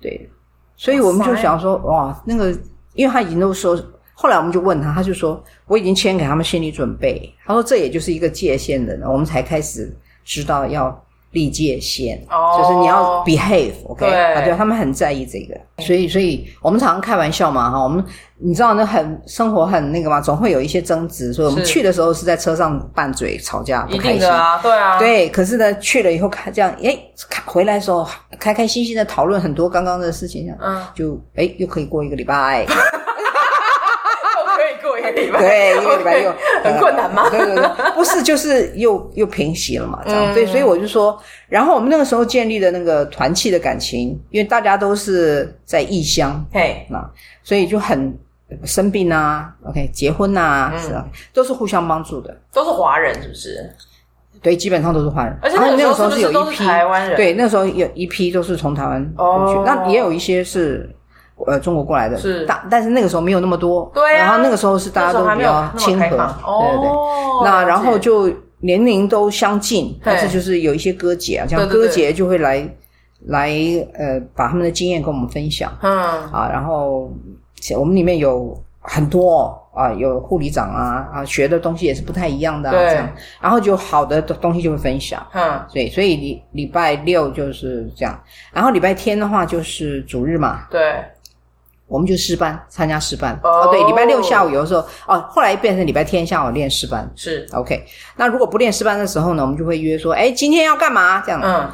[SPEAKER 3] 对，所以我们
[SPEAKER 2] 哇
[SPEAKER 3] 就
[SPEAKER 2] 塞
[SPEAKER 3] 想说，哇，那个，因为他已经都说，后来我们就问他，他就说我已经先给他们心理准备，他说这也就是一个界限的，我们才开始知道要立界限，
[SPEAKER 2] 哦
[SPEAKER 3] 就是你要 behave，OK，、
[SPEAKER 2] 对
[SPEAKER 3] 啊，对，他们很在意这个，所以，所以我们常常开玩笑嘛，哈，我们你知道那很生活很那个嘛，总会有一些争执，所以我们
[SPEAKER 2] 是
[SPEAKER 3] 去的时候是在车上拌嘴吵架，不
[SPEAKER 2] 一
[SPEAKER 3] 开
[SPEAKER 2] 定
[SPEAKER 3] 心
[SPEAKER 2] 的。啊，对啊，
[SPEAKER 3] 对，可是呢，去了以后看这样，哎，看回来的时候开开心心的讨论很多刚刚的事情，这样
[SPEAKER 2] 嗯，
[SPEAKER 3] 就哎又可以过一个 礼拜，
[SPEAKER 2] 又可以过一个礼拜，
[SPEAKER 3] 对，一个礼拜又
[SPEAKER 2] 很困难吗？
[SPEAKER 3] 对对对，不是，就是又又平息了嘛，这样。
[SPEAKER 2] 嗯
[SPEAKER 3] 对，所以我就说，然后我们那个时候建立的那个团契的感情，因为大家都是在异乡，
[SPEAKER 2] 嘿，
[SPEAKER 3] 那所以就很生病啊，OK，结婚啊，
[SPEAKER 2] 嗯
[SPEAKER 3] 是啊，都是互相帮助的。
[SPEAKER 2] 都是华人是不是？
[SPEAKER 3] 对，基本上都是华人，
[SPEAKER 2] 而且
[SPEAKER 3] 然后
[SPEAKER 2] 那
[SPEAKER 3] 啊那
[SPEAKER 2] 个
[SPEAKER 3] 个
[SPEAKER 2] 时
[SPEAKER 3] 时
[SPEAKER 2] 候
[SPEAKER 3] 候
[SPEAKER 2] 是
[SPEAKER 3] 是
[SPEAKER 2] 不是
[SPEAKER 3] 有
[SPEAKER 2] 都
[SPEAKER 3] 一
[SPEAKER 2] 是
[SPEAKER 3] 批
[SPEAKER 2] 台湾人？，
[SPEAKER 3] 对，那时候有一批都是从台湾
[SPEAKER 2] 哦
[SPEAKER 3] 过去，那也有一些是呃中国过来的，
[SPEAKER 2] 是
[SPEAKER 3] 但但是那个时候没有那么多，
[SPEAKER 2] 对啊
[SPEAKER 3] 然后那个时候是大
[SPEAKER 2] 那
[SPEAKER 3] 家
[SPEAKER 2] 时
[SPEAKER 3] 都
[SPEAKER 2] 候还
[SPEAKER 3] 比
[SPEAKER 2] 没有
[SPEAKER 3] 较
[SPEAKER 2] 那么
[SPEAKER 3] 亲和，
[SPEAKER 2] 开放。
[SPEAKER 3] 对对对。
[SPEAKER 2] 哦，
[SPEAKER 3] 那
[SPEAKER 2] 了
[SPEAKER 3] 然后
[SPEAKER 2] 解
[SPEAKER 3] 就年龄都相近，但是就是有一些哥姐啊，像
[SPEAKER 2] 对对
[SPEAKER 3] 哥
[SPEAKER 2] 对
[SPEAKER 3] 姐就会来来呃，把他们的经验跟我们分享
[SPEAKER 2] 嗯，
[SPEAKER 3] 啊。然后我们里面有很多哦啊，有护理长啊啊，学的东西也是不太一样的、啊，
[SPEAKER 2] 对
[SPEAKER 3] 这样。然后就好的东西就会分享。
[SPEAKER 2] 嗯，
[SPEAKER 3] 对，所以礼礼拜六就是这样，然后礼拜天的话就是主日嘛，
[SPEAKER 2] 对，
[SPEAKER 3] 我们就师班参加师班。
[SPEAKER 2] 哦
[SPEAKER 3] 对，礼拜六下午有的时候哦，后来变成礼拜天下午练师班。
[SPEAKER 2] 是，
[SPEAKER 3] OK，那如果不练师班的时候呢，我们就会约说，哎，今天要干嘛？这样。
[SPEAKER 2] 嗯，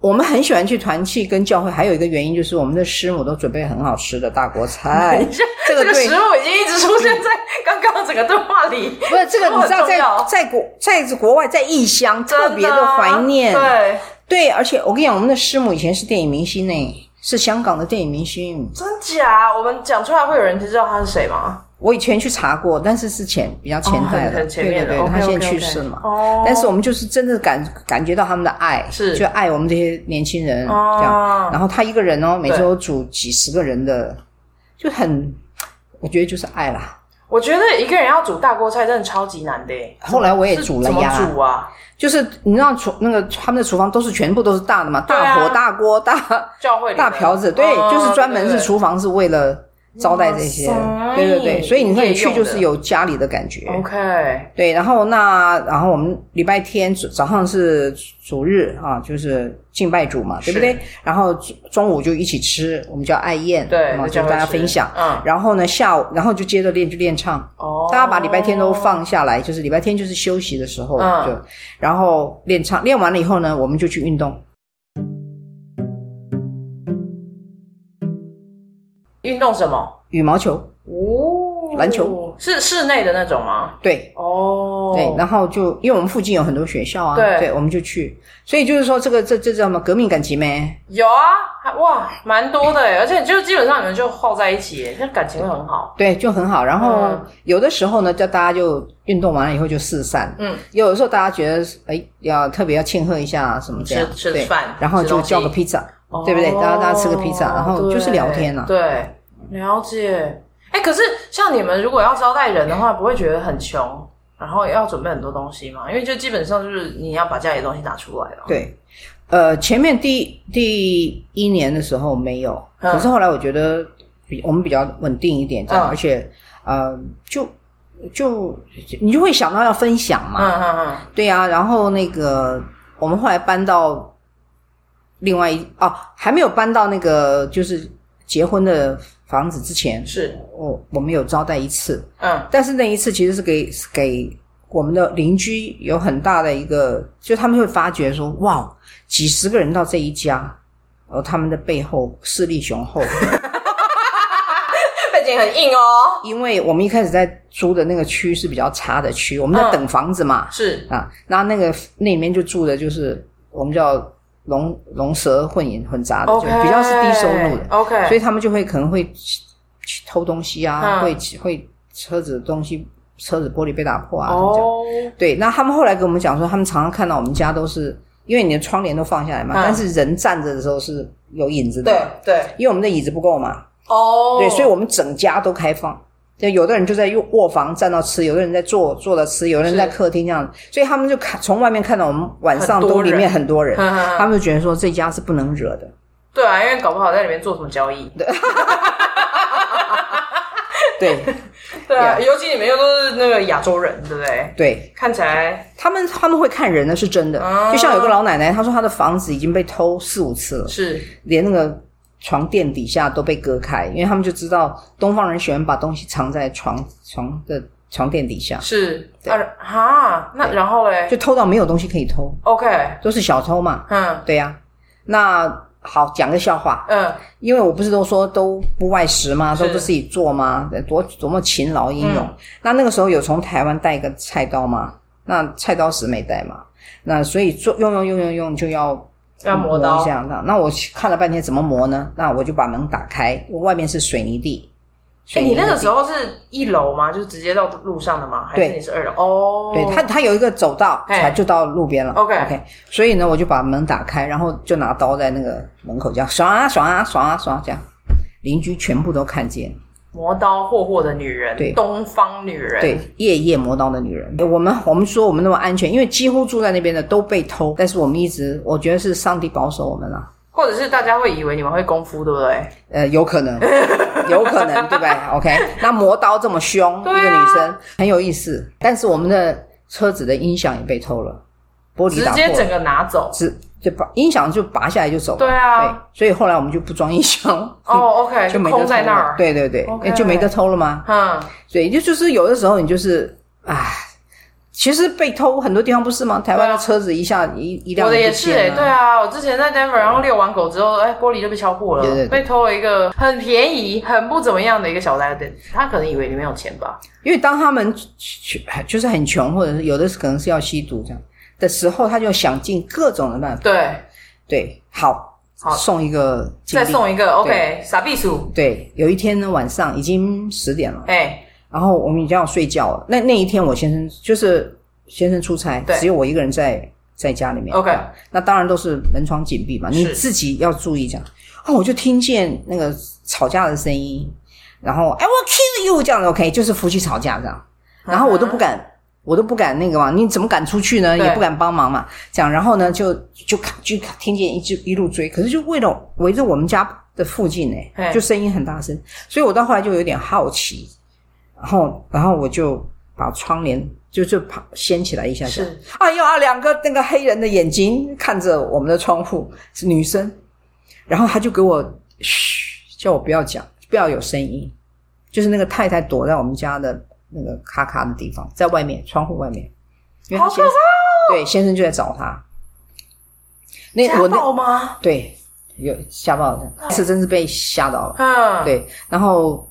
[SPEAKER 3] 我们很喜欢去团契跟教会，还有一个原因就是我们的师母都准备很好吃的大 锅菜。这
[SPEAKER 2] 这
[SPEAKER 3] 个
[SPEAKER 2] 个
[SPEAKER 3] 对
[SPEAKER 2] 食，物已经一直出现在刚刚整个对话里，
[SPEAKER 3] 不是这个，你知
[SPEAKER 2] 很
[SPEAKER 3] 道
[SPEAKER 2] 重
[SPEAKER 3] 在
[SPEAKER 2] 要
[SPEAKER 3] 在国在国外在异乡
[SPEAKER 2] 真
[SPEAKER 3] 特别的
[SPEAKER 2] 啊
[SPEAKER 3] 怀念。
[SPEAKER 2] 对，
[SPEAKER 3] 对，而且我跟你讲，我们的师母以前是电影明星呢，是香港的电影明星。
[SPEAKER 2] 真假？我们讲出来会有人知道他是谁吗？
[SPEAKER 3] 我以前去查过，但是是前比较前
[SPEAKER 2] 哦
[SPEAKER 3] 代
[SPEAKER 2] 很
[SPEAKER 3] 的，
[SPEAKER 2] 很前面的
[SPEAKER 3] 对对对，
[SPEAKER 2] OK，
[SPEAKER 3] 他现在
[SPEAKER 2] OK，OK
[SPEAKER 3] 去世了嘛。
[SPEAKER 2] 哦，
[SPEAKER 3] 但是我们就是真的感感觉到他们的爱，
[SPEAKER 2] 是
[SPEAKER 3] 就爱我们这些年轻人、
[SPEAKER 2] 哦
[SPEAKER 3] 这样。然后他一个人哦，每
[SPEAKER 2] 对
[SPEAKER 3] 周煮几十个人的，就很，我觉得就是爱啦。
[SPEAKER 2] 我觉得一个人要煮大锅菜真的超级难的耶。
[SPEAKER 3] 后来我也
[SPEAKER 2] 是
[SPEAKER 3] 煮了
[SPEAKER 2] 怎么
[SPEAKER 3] 呀，
[SPEAKER 2] 煮啊？
[SPEAKER 3] 就是你知道厨那个他们的厨房都是全部都是大的嘛，
[SPEAKER 2] 对啊
[SPEAKER 3] 大火、大锅、大
[SPEAKER 2] 教会里
[SPEAKER 3] 大
[SPEAKER 2] 的
[SPEAKER 3] 瓢子，对，
[SPEAKER 2] 哦
[SPEAKER 3] 就是专门
[SPEAKER 2] 对
[SPEAKER 3] 是
[SPEAKER 2] 对
[SPEAKER 3] 厨房是为了招待这些
[SPEAKER 2] 哇，塞
[SPEAKER 3] 对对对，所以你看你
[SPEAKER 2] 夜
[SPEAKER 3] 去
[SPEAKER 2] 用的
[SPEAKER 3] 就是有家里的感觉，
[SPEAKER 2] 对 OK，
[SPEAKER 3] 对，然后那然后我们礼拜天早早上是主日啊，就是敬拜主嘛，对不对
[SPEAKER 2] 是？
[SPEAKER 3] 然后中中午就一起吃，我们叫爱宴，
[SPEAKER 2] 对，
[SPEAKER 3] 然后
[SPEAKER 2] 那
[SPEAKER 3] 就
[SPEAKER 2] 教会
[SPEAKER 3] 大家
[SPEAKER 2] 是
[SPEAKER 3] 分享。
[SPEAKER 2] 嗯，
[SPEAKER 3] 然后呢，下午然后就接着练就练唱，
[SPEAKER 2] 哦，
[SPEAKER 3] 大家把礼拜天都放下来，就是礼拜天就是休息的时候，
[SPEAKER 2] 嗯
[SPEAKER 3] 就然后练唱，练完了以后呢，我们就去运动。
[SPEAKER 2] 运动什么？
[SPEAKER 3] 羽毛球，
[SPEAKER 2] 哦，
[SPEAKER 3] 篮球
[SPEAKER 2] 是室内的那种吗？
[SPEAKER 3] 对
[SPEAKER 2] 哦，
[SPEAKER 3] 对，然后就因为我们附近有很多学校啊，
[SPEAKER 2] 对
[SPEAKER 3] 我们就去，所以就是说这个这这叫什么革命感情没？
[SPEAKER 2] 有啊，还哇，蛮多的耶，而且就基本上你们就耗在一起耶，那感情会很好。
[SPEAKER 3] 对，就很好。然后
[SPEAKER 2] 嗯
[SPEAKER 3] 有的时候呢，叫大家就运动完了以后就四散。
[SPEAKER 2] 嗯，
[SPEAKER 3] 有的时候大家觉得哎，要特别要庆贺一下啊什么这样，
[SPEAKER 2] 吃吃
[SPEAKER 3] 对
[SPEAKER 2] 饭
[SPEAKER 3] 然后
[SPEAKER 2] 吃
[SPEAKER 3] 就
[SPEAKER 2] 东西
[SPEAKER 3] 叫个披萨，对不对？
[SPEAKER 2] 哦
[SPEAKER 3] 大家大家吃个披萨，然后就是聊天啊。
[SPEAKER 2] 对，对了解。哎，可是像你们如果要招待人的话，不会觉得很穷，然后要准备很多东西吗？因为就基本上就是你要把家里的东西拿出来了。
[SPEAKER 3] 对，呃，前面第第一年的时候没有，
[SPEAKER 2] 嗯
[SPEAKER 3] 可是后来我觉得比我们比较稳定一点，这样，
[SPEAKER 2] 嗯
[SPEAKER 3] 而且呃，就就你就会想到要分享嘛，
[SPEAKER 2] 嗯嗯嗯，
[SPEAKER 3] 对呀、然后那个我们后来搬到另外一哦，还没有搬到那个就是结婚的房子之前，
[SPEAKER 2] 是，
[SPEAKER 3] 我我们有招待一次，
[SPEAKER 2] 嗯
[SPEAKER 3] 但是那一次其实是给是给我们的邻居有很大的一个，就他们会发觉说，哇，几十个人到这一家，呃，他们的背后势力 雄厚，
[SPEAKER 2] 背景很硬哦。
[SPEAKER 3] 因为我们一开始在租的那个区是比较差的区，我们在
[SPEAKER 2] 嗯
[SPEAKER 3] 等房子嘛，
[SPEAKER 2] 是，
[SPEAKER 3] 啊，那那个那里面就住的就是我们叫龙龙蛇混饮混杂的
[SPEAKER 2] OK，
[SPEAKER 3] 啊就比较是低收入的，
[SPEAKER 2] OK，
[SPEAKER 3] 所以
[SPEAKER 2] 以
[SPEAKER 3] 他们就会可能会去去偷东西
[SPEAKER 2] 嗯
[SPEAKER 3] 啊，会会车子东西车子玻璃被打破啊，这样。
[SPEAKER 2] 哦，
[SPEAKER 3] 对，那他们后来跟我们讲说，他们常常看到我们家都是因为你的窗帘都放下来嘛，
[SPEAKER 2] 嗯
[SPEAKER 3] 但是人站着的时候是有影子的
[SPEAKER 2] 对
[SPEAKER 3] 嘛，
[SPEAKER 2] 对，
[SPEAKER 3] 因为我们的椅子不够嘛，
[SPEAKER 2] 哦，
[SPEAKER 3] 对，所以我们整家都开放。对，有的人就在卧卧房站到吃，有的人在坐坐着吃，有的人
[SPEAKER 2] 是
[SPEAKER 3] 在客厅这样，所以他们就看从外面看到我们晚上
[SPEAKER 2] 很多
[SPEAKER 3] 都里
[SPEAKER 2] 人
[SPEAKER 3] 面很多人，
[SPEAKER 2] 嗯嗯嗯
[SPEAKER 3] 他们就觉得说这家是不能惹的。
[SPEAKER 2] 对啊，因为搞不好在里面做什么交易。
[SPEAKER 3] 对，
[SPEAKER 2] 对啊，
[SPEAKER 3] Yeah
[SPEAKER 2] 尤其你们又都是那个亚洲人，对不对？
[SPEAKER 3] 对，
[SPEAKER 2] 看起来
[SPEAKER 3] 他们他们会看人的是真的，
[SPEAKER 2] 哦
[SPEAKER 3] 就像有个老奶奶，她说她的房子已经被偷四五次了，
[SPEAKER 2] 是
[SPEAKER 3] 连那个床垫底下都被割开，因为他们就知道东方人喜欢把东西藏在床床的床垫底下，
[SPEAKER 2] 是
[SPEAKER 3] 对
[SPEAKER 2] 啊哈，那然后嘞
[SPEAKER 3] 就偷到没有东西可以偷，
[SPEAKER 2] ，OK，
[SPEAKER 3] 都是小偷嘛。
[SPEAKER 2] 嗯
[SPEAKER 3] 对呀、那好讲个笑话，
[SPEAKER 2] 嗯
[SPEAKER 3] 因为我不是都说都不外食吗？
[SPEAKER 2] 是
[SPEAKER 3] 都不自己做吗？多多么勤劳英勇。
[SPEAKER 2] 嗯
[SPEAKER 3] 那那个时候有从台湾带一个菜刀吗？那菜刀石没带嘛？那所以做用用用用用就要
[SPEAKER 2] 要磨刀哎
[SPEAKER 3] 一下。那那我看了半天怎么磨呢？那我就把门打开，外面是水泥地。
[SPEAKER 2] 哎、
[SPEAKER 3] 水泥
[SPEAKER 2] 你
[SPEAKER 3] 地
[SPEAKER 2] 那个时候是一楼吗？就是直接到路上的吗？还是
[SPEAKER 3] 对
[SPEAKER 2] 你是二楼？哦，
[SPEAKER 3] 对它，它有一个走道，
[SPEAKER 2] 嘿
[SPEAKER 3] 才就到路边了。
[SPEAKER 2] OK
[SPEAKER 3] OK，所以呢，我就把门打开，然后就拿刀在那个门口这样爽啊爽啊爽啊爽啊这样，邻居全部都看见。
[SPEAKER 2] 磨刀霍霍的女人，
[SPEAKER 3] 对
[SPEAKER 2] 东方女人，
[SPEAKER 3] 对，夜夜磨刀的女人，我们我们说我们那么安全，因为几乎住在那边的都被偷，但是我们一直我觉得是上帝保守我们了、
[SPEAKER 2] 或者是大家会以为你们会功夫，对不对？
[SPEAKER 3] 呃，有 可能，有可能，对吧？OK，那磨刀这么凶，
[SPEAKER 2] 对啊
[SPEAKER 3] 一个女生很有意思，但是我们的车子的音响也被偷了，玻璃
[SPEAKER 2] 直
[SPEAKER 3] 打破
[SPEAKER 2] 接整
[SPEAKER 3] 了，
[SPEAKER 2] 个拿走。
[SPEAKER 3] 直就把音响就拔下来就走了。
[SPEAKER 2] 对啊
[SPEAKER 3] 对，所以后来我们就不装音响了，
[SPEAKER 2] 哦，OK，
[SPEAKER 3] 就没得
[SPEAKER 2] 空在
[SPEAKER 3] 偷
[SPEAKER 2] 那
[SPEAKER 3] 了
[SPEAKER 2] 儿。，
[SPEAKER 3] 对对对哎
[SPEAKER 2] OK
[SPEAKER 3] 就没得偷了吗？
[SPEAKER 2] 嗯，
[SPEAKER 3] 所以就就是有的时候你就是唉，其实被偷很多地方不是吗？台湾
[SPEAKER 2] 对
[SPEAKER 3] 的
[SPEAKER 2] 啊
[SPEAKER 3] 车子一下一一辆
[SPEAKER 2] 我的
[SPEAKER 3] 就
[SPEAKER 2] 也
[SPEAKER 3] 不
[SPEAKER 2] 是
[SPEAKER 3] 见
[SPEAKER 2] 哎、
[SPEAKER 3] 了
[SPEAKER 2] 对啊，我之前在 Denver，然后遛完狗之后，哎、玻璃就被敲破了，
[SPEAKER 3] 对对对
[SPEAKER 2] 被偷了一个很便宜、很不怎么样的一个小单子。他可能以为里面有钱吧？
[SPEAKER 3] 因为当他们就是很穷，或者是有的是可能是要吸毒这样的时候，他就想尽各种的办法。
[SPEAKER 2] 对，
[SPEAKER 3] 对，好，
[SPEAKER 2] 好
[SPEAKER 3] 送一个经
[SPEAKER 2] 再
[SPEAKER 3] 历，
[SPEAKER 2] 送一个 OK，傻避暑，
[SPEAKER 3] 对，有一天呢晚上已经十点了，
[SPEAKER 2] 哎、
[SPEAKER 3] 然后我们已经要睡觉了。那那一天我先生就是先生出差，
[SPEAKER 2] 对
[SPEAKER 3] 只有我一个人在在家里面。
[SPEAKER 2] OK
[SPEAKER 3] 那当然都是门窗紧闭嘛，你
[SPEAKER 2] 是
[SPEAKER 3] 自己要注意这样。哦，我就听见那个吵架的声音，然后哎，我 kill you 这样的 OK，就是夫妻吵架这样，然后我都不敢。我都不敢那个嘛，你怎么敢出去呢？
[SPEAKER 2] 对
[SPEAKER 3] 也不敢帮忙嘛，这样，然后呢，就就就听见一直一路追，可是就为了围着我们家的附近呢、
[SPEAKER 2] 嘿
[SPEAKER 3] 就声音很大声，所以我到后来就有点好奇，然后然后我就把窗帘就就爬掀起来一下下
[SPEAKER 2] 是，
[SPEAKER 3] 哎呦啊，两个那个黑人的眼睛看着我们的窗户，是女生，然后他就给我嘘，叫我不要讲，不要有声音，就是那个太太躲在我们家的那个咔咔的地方，在外面窗户外面，因为他
[SPEAKER 2] 好
[SPEAKER 3] 先
[SPEAKER 2] 可
[SPEAKER 3] 生、哦对先生就在找他，那
[SPEAKER 2] 家
[SPEAKER 3] 我那
[SPEAKER 2] 暴吗？
[SPEAKER 3] 对有吓到了，那次真是被吓到了。
[SPEAKER 2] 嗯，，
[SPEAKER 3] 对，然后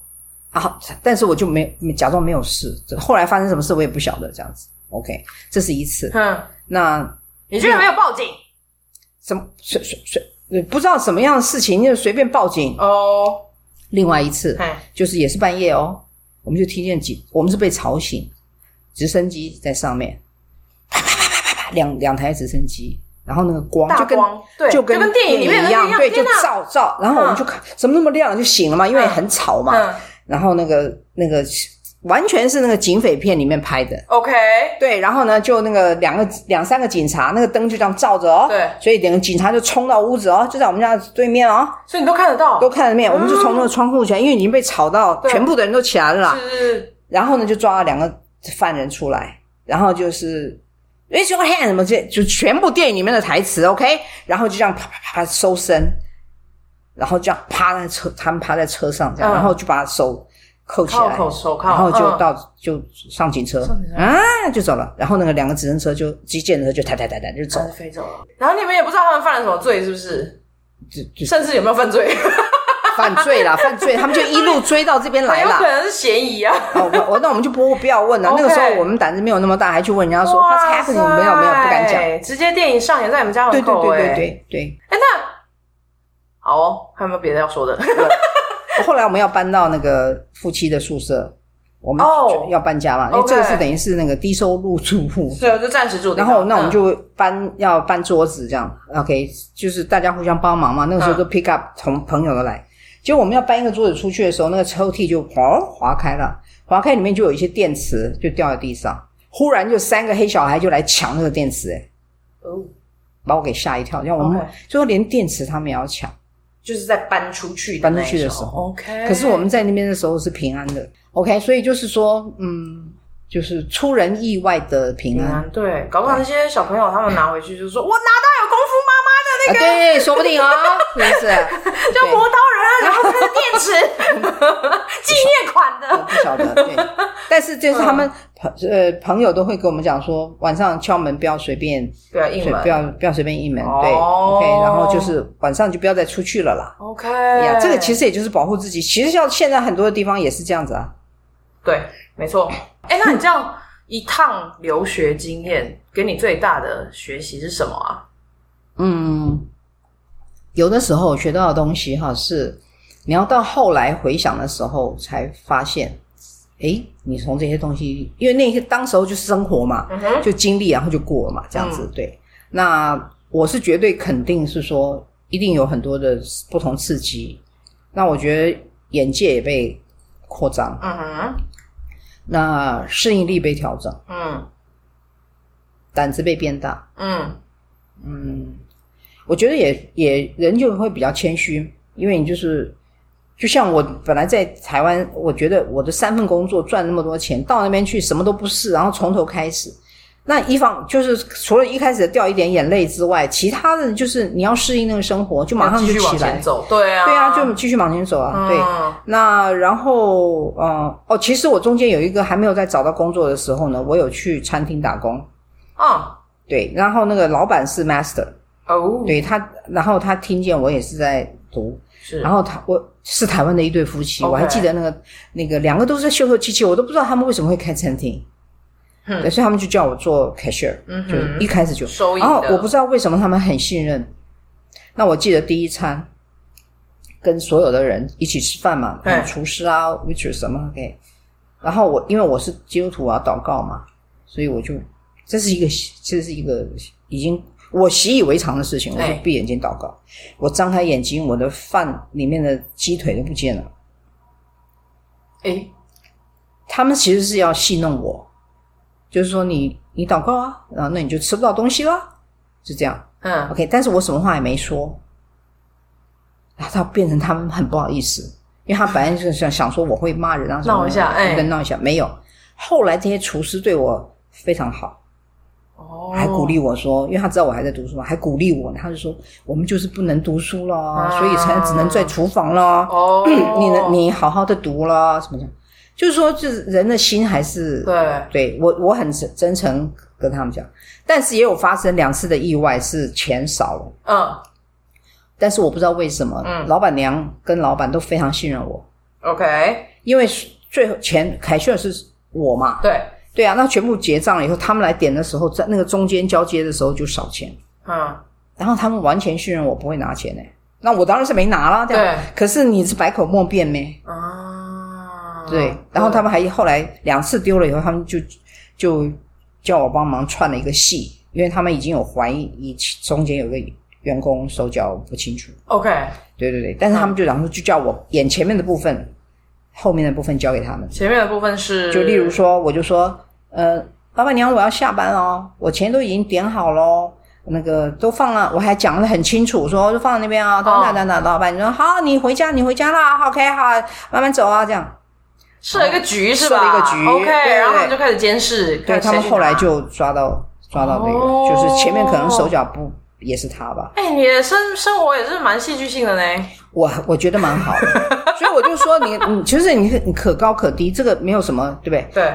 [SPEAKER 3] 啊，但是我就没没假装没有事。这后来发生什么事我也不晓得，这样子。OK，这是一次。
[SPEAKER 2] 嗯，
[SPEAKER 3] 那
[SPEAKER 2] 你居然没有报警
[SPEAKER 3] 什么随随随呃不知道什么样的事情就随便报警。
[SPEAKER 2] 哦？
[SPEAKER 3] 另外一次
[SPEAKER 2] 哎，
[SPEAKER 3] 就是也是半夜哦，我们就听见几，我们是被吵醒，直升机在上面，啪啪啪啪啪啪，两两台直升机，然后那个光
[SPEAKER 2] 大
[SPEAKER 3] 就跟
[SPEAKER 2] 光，对，
[SPEAKER 3] 就
[SPEAKER 2] 就
[SPEAKER 3] 跟
[SPEAKER 2] 跟电影里面的那
[SPEAKER 3] 一
[SPEAKER 2] 个
[SPEAKER 3] 样，
[SPEAKER 2] 样，
[SPEAKER 3] 对，就
[SPEAKER 2] 天哪
[SPEAKER 3] 照照，然后我们就看怎么那么亮，就醒了嘛，因为
[SPEAKER 2] 嗯
[SPEAKER 3] 很吵嘛。
[SPEAKER 2] 嗯
[SPEAKER 3] 然后那个那个完全是那个警匪片里面拍的。
[SPEAKER 2] ，OK，
[SPEAKER 3] 对，然后呢，就那个两个两三个警察，那个灯就这样照着哦，
[SPEAKER 2] 对
[SPEAKER 3] 所以两个警察就冲到屋子哦，就在我们家对面哦，
[SPEAKER 2] 所以你都看得到，
[SPEAKER 3] 都看得面，我们就从那个窗户起来，因为已经被吵到，
[SPEAKER 2] 啊对
[SPEAKER 3] 全部的人都起来了啦，
[SPEAKER 2] 是
[SPEAKER 3] 然后呢，就抓了两个犯人出来，然后就是。Raise your hand 什么这就全部电影里面的台词，OK，然后就这样啪啪啪啪搜身，然后这样趴在车，他们趴在车上这样，
[SPEAKER 2] 嗯
[SPEAKER 3] 然后就把手扣起
[SPEAKER 2] 靠
[SPEAKER 3] 来，
[SPEAKER 2] 口手铐，
[SPEAKER 3] 然后就
[SPEAKER 2] 嗯
[SPEAKER 3] 到、就上警车
[SPEAKER 2] 上警车
[SPEAKER 3] 啊，就走了。然后那个两个直升车就机电车就抬抬抬抬就走
[SPEAKER 2] 然后就飞走了。然后你们也不知道他们犯了什么罪，是不是？
[SPEAKER 3] 就就
[SPEAKER 2] 甚至有没有犯罪，
[SPEAKER 3] 犯罪啦，犯罪，他们就一路追到这边 来
[SPEAKER 2] 有可
[SPEAKER 3] 啦。
[SPEAKER 2] 能是嫌疑啊。
[SPEAKER 3] 哦，我我那我们就不不要问了。
[SPEAKER 2] OK
[SPEAKER 3] 那个时候我们胆子没有那么大，还去问人家说 What's
[SPEAKER 2] 哇
[SPEAKER 3] happening？没有没有，不敢讲。
[SPEAKER 2] 塞，直接电影上演在你们家
[SPEAKER 3] 对
[SPEAKER 2] 门
[SPEAKER 3] 对
[SPEAKER 2] 口、
[SPEAKER 3] 对
[SPEAKER 2] 哎，
[SPEAKER 3] 对对对。
[SPEAKER 2] 哎，那好哦，还有没有别的要 说的？
[SPEAKER 3] 后来我们要搬到那个夫妻的宿舍，我们
[SPEAKER 2] 哦
[SPEAKER 3] 就要搬家嘛，因为
[SPEAKER 2] OK
[SPEAKER 3] 这个是等于是那个低收入住户，
[SPEAKER 2] 对，就暂时住地
[SPEAKER 3] 然
[SPEAKER 2] 方。
[SPEAKER 3] 后那我
[SPEAKER 2] 嗯
[SPEAKER 3] 们就搬要搬桌子这样，OK，就是大家互相帮忙嘛。那个时候
[SPEAKER 2] 嗯
[SPEAKER 3] 都 pick up 从朋友的来，结果我们要搬一个桌子出去的时候，那个抽屉就哗划开了，划开里面就有一些电池就掉在地上，忽然就三个黑小孩就来抢那个电池、哎，
[SPEAKER 2] 哦
[SPEAKER 3] 把我给吓一跳，让我们
[SPEAKER 2] OK
[SPEAKER 3] 最后连电池他们也要抢，
[SPEAKER 1] 就是在搬出去
[SPEAKER 3] 搬出去
[SPEAKER 1] 那一
[SPEAKER 3] 的
[SPEAKER 1] 种
[SPEAKER 3] 时候
[SPEAKER 2] OK，
[SPEAKER 3] 可是我们在那边的时候是平安的，OK，所以就是说，嗯，就是出人意外的平
[SPEAKER 2] 平
[SPEAKER 3] 安。
[SPEAKER 2] 安嗯对，搞不好那些小朋友他们拿回去就说，我拿到有功夫妈妈的
[SPEAKER 3] 啊，对，说不定哦，是不是？
[SPEAKER 2] 就
[SPEAKER 3] 对
[SPEAKER 2] 磨刀人，啊然后那个电 池纪念款的，
[SPEAKER 3] 不晓得， 对。但是就是他们
[SPEAKER 2] 嗯
[SPEAKER 3] 朋呃朋友都会跟我们讲说，晚上敲门不要随便，
[SPEAKER 2] 不要硬
[SPEAKER 3] 随
[SPEAKER 2] 门，
[SPEAKER 3] 不要不要随便应门，对
[SPEAKER 2] 哦
[SPEAKER 3] ，OK。然后就是晚上就不要再出去了啦。
[SPEAKER 2] OK，
[SPEAKER 3] 哎呀，这个其
[SPEAKER 2] 实
[SPEAKER 3] 实也就是保护自己。其实像现在很多的地方也是这样子啊。
[SPEAKER 2] 对，没错。哎，那你这样一趟留学经验，给你最大的学习是什么啊？
[SPEAKER 3] 嗯，有的时候学到的东西哈，是你要到后来回想的时候才发现，诶，你从这些东西，因为那些当时候就是生活嘛，
[SPEAKER 2] 嗯哼，嗯
[SPEAKER 3] 就经历，啊然后就过了嘛，这样子、对。那我是绝对肯定是说，一定有很多的不同刺激。那我觉得眼界也被扩张，
[SPEAKER 2] 嗯哼，
[SPEAKER 3] 那适应力被调整，
[SPEAKER 2] 嗯
[SPEAKER 3] 胆子被变大。
[SPEAKER 2] 嗯
[SPEAKER 3] 嗯，我觉得也也人就会比较谦虚，因为你就是。就像我本来在台湾，我觉得我的三份工作赚那么多钱，到那边去什么都不是，然后从头开始。那一方就是除了一开始掉一点眼泪之外，其他的就是你要适应那个生活，就马
[SPEAKER 2] 啊
[SPEAKER 3] 上
[SPEAKER 2] 继
[SPEAKER 3] 就
[SPEAKER 2] 续往
[SPEAKER 3] 起
[SPEAKER 2] 前
[SPEAKER 3] 来。
[SPEAKER 2] 走，对啊，
[SPEAKER 3] 对啊，就继续往前走啊。对，
[SPEAKER 2] 嗯
[SPEAKER 3] 那然后呃哦，其实我中间有一个还没有在找到工作的时候呢，我有去餐厅打工。
[SPEAKER 2] 嗯
[SPEAKER 3] 对，然后那个老板是 master，
[SPEAKER 2] 哦，
[SPEAKER 3] 对他，然后他听见我也是在读，
[SPEAKER 2] 是，
[SPEAKER 3] 然后他我是台湾的一对夫妻
[SPEAKER 2] OK
[SPEAKER 3] 我还记得那个那个两个都是秀秀气气，我都不知道他们为什么会开餐厅，
[SPEAKER 2] 嗯
[SPEAKER 3] 对，所以他们就叫我做 cashier，、
[SPEAKER 2] 嗯
[SPEAKER 3] 就
[SPEAKER 2] 哼
[SPEAKER 3] 一开始就，
[SPEAKER 2] 收益
[SPEAKER 3] 然后
[SPEAKER 2] 的，
[SPEAKER 3] 哦我不知道为什么他们很信任。那我记得第一餐跟所有的人一起吃饭嘛，
[SPEAKER 2] 对
[SPEAKER 3] 还有厨师啊，waitress 什么给，然后我因为我是基督徒，我要祷告嘛，所以我就这是一个这是一个已经我习以为常的事情，我
[SPEAKER 2] 对
[SPEAKER 3] 就闭眼睛祷告。我张开眼睛，我的饭里面的鸡腿都不见了。
[SPEAKER 2] 哎，
[SPEAKER 3] 他们其实是要戏弄我，就是说你你祷告啊，然后那你就吃不到东西啦，就这样。
[SPEAKER 2] 嗯
[SPEAKER 3] OK，但是我什么话也没说，然后他变成他们很不好意思，因为他本来就是想想说我会骂人啊什么的，
[SPEAKER 2] 闹一下哎
[SPEAKER 3] 跟闹一下，没有。后来这些厨师对我非常好，
[SPEAKER 2] 哦，
[SPEAKER 3] 还鼓励我说，因为他知道我还在读书嘛，还鼓励我，他就说我们就是不能读书了，
[SPEAKER 2] 啊
[SPEAKER 3] 所以才只能在厨房了。，
[SPEAKER 2] 哦
[SPEAKER 3] 你能你好好的读了什么的，就是说，就是人的心还是
[SPEAKER 2] 对
[SPEAKER 3] 对我我很真真诚跟他们讲，但是也有发生两次的意外是钱少了。
[SPEAKER 2] 嗯
[SPEAKER 3] 但是我不知道为什么，
[SPEAKER 2] 嗯
[SPEAKER 3] 老板娘跟老板都非常信任我，
[SPEAKER 2] ，OK，
[SPEAKER 3] 因为最后钱凯旋是我嘛，
[SPEAKER 2] 对，
[SPEAKER 3] 对啊，那全部结账了以后，他们来点的时候，在那个中间交接的时候就少钱，
[SPEAKER 2] 嗯
[SPEAKER 3] 然后他们完全信任我不会拿钱呢、欸那我当然是没拿啦，吧
[SPEAKER 2] 对
[SPEAKER 3] 可是你是百口莫辩咩？
[SPEAKER 2] 啊，
[SPEAKER 3] 对，然后他们还后来两次丢了以后，他们就就叫我帮忙串了一个戏，因为他们已经有怀疑中间有个员工手脚不清楚。
[SPEAKER 2] OK，
[SPEAKER 3] 对对对，但是他们就然后就叫我演前面的部分，后面的部分交给他们。
[SPEAKER 2] 前面的部分是，
[SPEAKER 3] 就例如说，我就说，呃，老板娘，我要下班哦，我钱都已经点好喽，那个都放了，我还讲得很清楚，说就放在那边啊，等等等等，老板你说好，你回家，你回家啦好，OK，好，慢慢走啊，这样。
[SPEAKER 2] 设了一个局是吧？
[SPEAKER 3] 设了一个局
[SPEAKER 2] OK，
[SPEAKER 3] 对对对
[SPEAKER 2] 然后他们就开始监视，看
[SPEAKER 3] 对
[SPEAKER 2] 谁
[SPEAKER 3] 他们
[SPEAKER 2] 去
[SPEAKER 3] 后来
[SPEAKER 2] 拿。
[SPEAKER 3] 就抓到抓到那个，
[SPEAKER 2] 哦
[SPEAKER 3] 就是前面可能手脚不也是他吧，
[SPEAKER 2] 哎、你的生生活也是蛮戏剧性的呢。
[SPEAKER 3] 我我觉得蛮好的，所以我就说你你其实你你可高可低，这个没有什么对不对？
[SPEAKER 2] 对，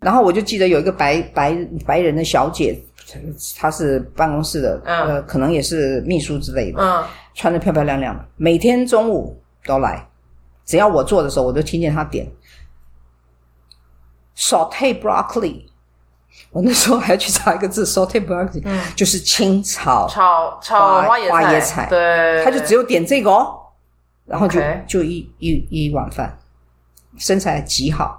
[SPEAKER 3] 然后我就记得有一个白白白人的小姐，她是办公室的，
[SPEAKER 2] 嗯
[SPEAKER 3] 呃，可能也是秘书之类的，
[SPEAKER 2] 嗯，
[SPEAKER 3] 穿的漂漂亮亮的，每天中午都来，只要我做的时候，我就听见她点 saute broccoli。我那时候还去查一个字 saute broccoli，、就是清炒，
[SPEAKER 2] 炒炒
[SPEAKER 3] 花
[SPEAKER 2] 花椰菜，
[SPEAKER 3] 花椰菜
[SPEAKER 2] 对，
[SPEAKER 3] 她就只有点这个哦，然后就
[SPEAKER 2] 呃 OK
[SPEAKER 3] 就一一一碗饭，身材极好。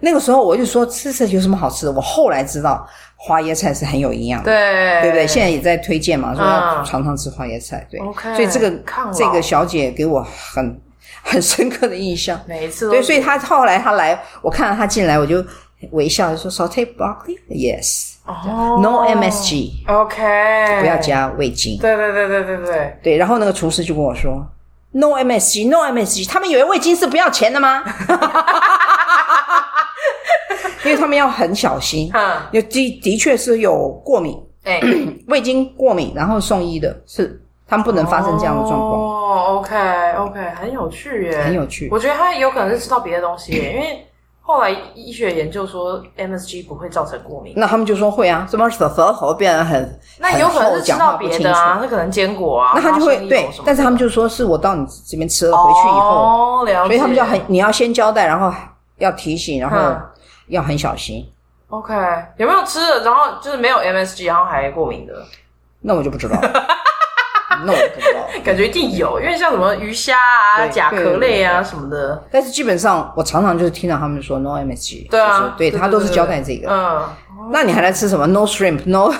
[SPEAKER 3] 那个时候我就说，吃这有什么好吃的？我后来知道花椰菜是很有营养的，
[SPEAKER 2] 对，
[SPEAKER 3] 对不对？现在也在推荐嘛，说
[SPEAKER 2] 嗯
[SPEAKER 3] 要常常吃花椰菜，对。
[SPEAKER 2] OK，
[SPEAKER 3] 所以这个
[SPEAKER 2] 抗老
[SPEAKER 3] 这个小姐给我很很深刻的印象，
[SPEAKER 2] 每一次都
[SPEAKER 3] 对，所以她后来她来，我看到她进来，我就微笑地说 saute broccoli yes
[SPEAKER 2] 哦
[SPEAKER 3] no MSG，
[SPEAKER 2] OK，
[SPEAKER 3] 不要。加味精。
[SPEAKER 2] 对对对对对对，
[SPEAKER 3] 对，然后那个厨师就跟我说，no MSG no MSG，他们以为味精是不要钱的吗？ 因为他们要很小心，
[SPEAKER 2] 嗯，
[SPEAKER 3] 有的的确是有过敏，
[SPEAKER 2] 哎、
[SPEAKER 3] 味精过敏，然后送医的，是他们不 能发生这样的状况，
[SPEAKER 2] 哦，OK OK，很有趣耶，
[SPEAKER 3] 很有趣。
[SPEAKER 2] 我觉得他有可能是吃到别的东西 耶，因为后来医学研究说 MSG 不会造成过敏，
[SPEAKER 3] 那他们就说会啊，什么舌头变得很
[SPEAKER 2] 那有可能是吃到别的。
[SPEAKER 3] 很厚讲话
[SPEAKER 2] 啊，
[SPEAKER 3] 不清楚
[SPEAKER 2] 那可能坚果啊，
[SPEAKER 3] 那他就
[SPEAKER 2] 花生
[SPEAKER 3] 会
[SPEAKER 2] 油
[SPEAKER 3] 对
[SPEAKER 2] 什么的，
[SPEAKER 3] 但是他们就说是我到你这边吃了，回去以后，
[SPEAKER 2] 哦，了解，
[SPEAKER 3] 所以他们就要很你要先交代，然后要提醒，然后
[SPEAKER 2] 嗯
[SPEAKER 3] 要很小心。
[SPEAKER 2] OK，有没有吃的，然后就是没有 MSG，然后还过敏的
[SPEAKER 3] 那我就不知道 了，那我就不知道了。
[SPEAKER 2] 感觉一定有，因为像什么鱼虾啊、
[SPEAKER 3] 对
[SPEAKER 2] 甲壳类啊
[SPEAKER 3] 对对对
[SPEAKER 2] 什么的，
[SPEAKER 3] 但是基本上，我常常就是听到他们说 no MSG，
[SPEAKER 2] 对啊
[SPEAKER 3] 就是对
[SPEAKER 2] 对
[SPEAKER 3] 他
[SPEAKER 2] 对
[SPEAKER 3] 都是
[SPEAKER 2] 对
[SPEAKER 3] 交代这个。
[SPEAKER 2] 嗯，
[SPEAKER 3] 那你还来吃什么 no shrimp no？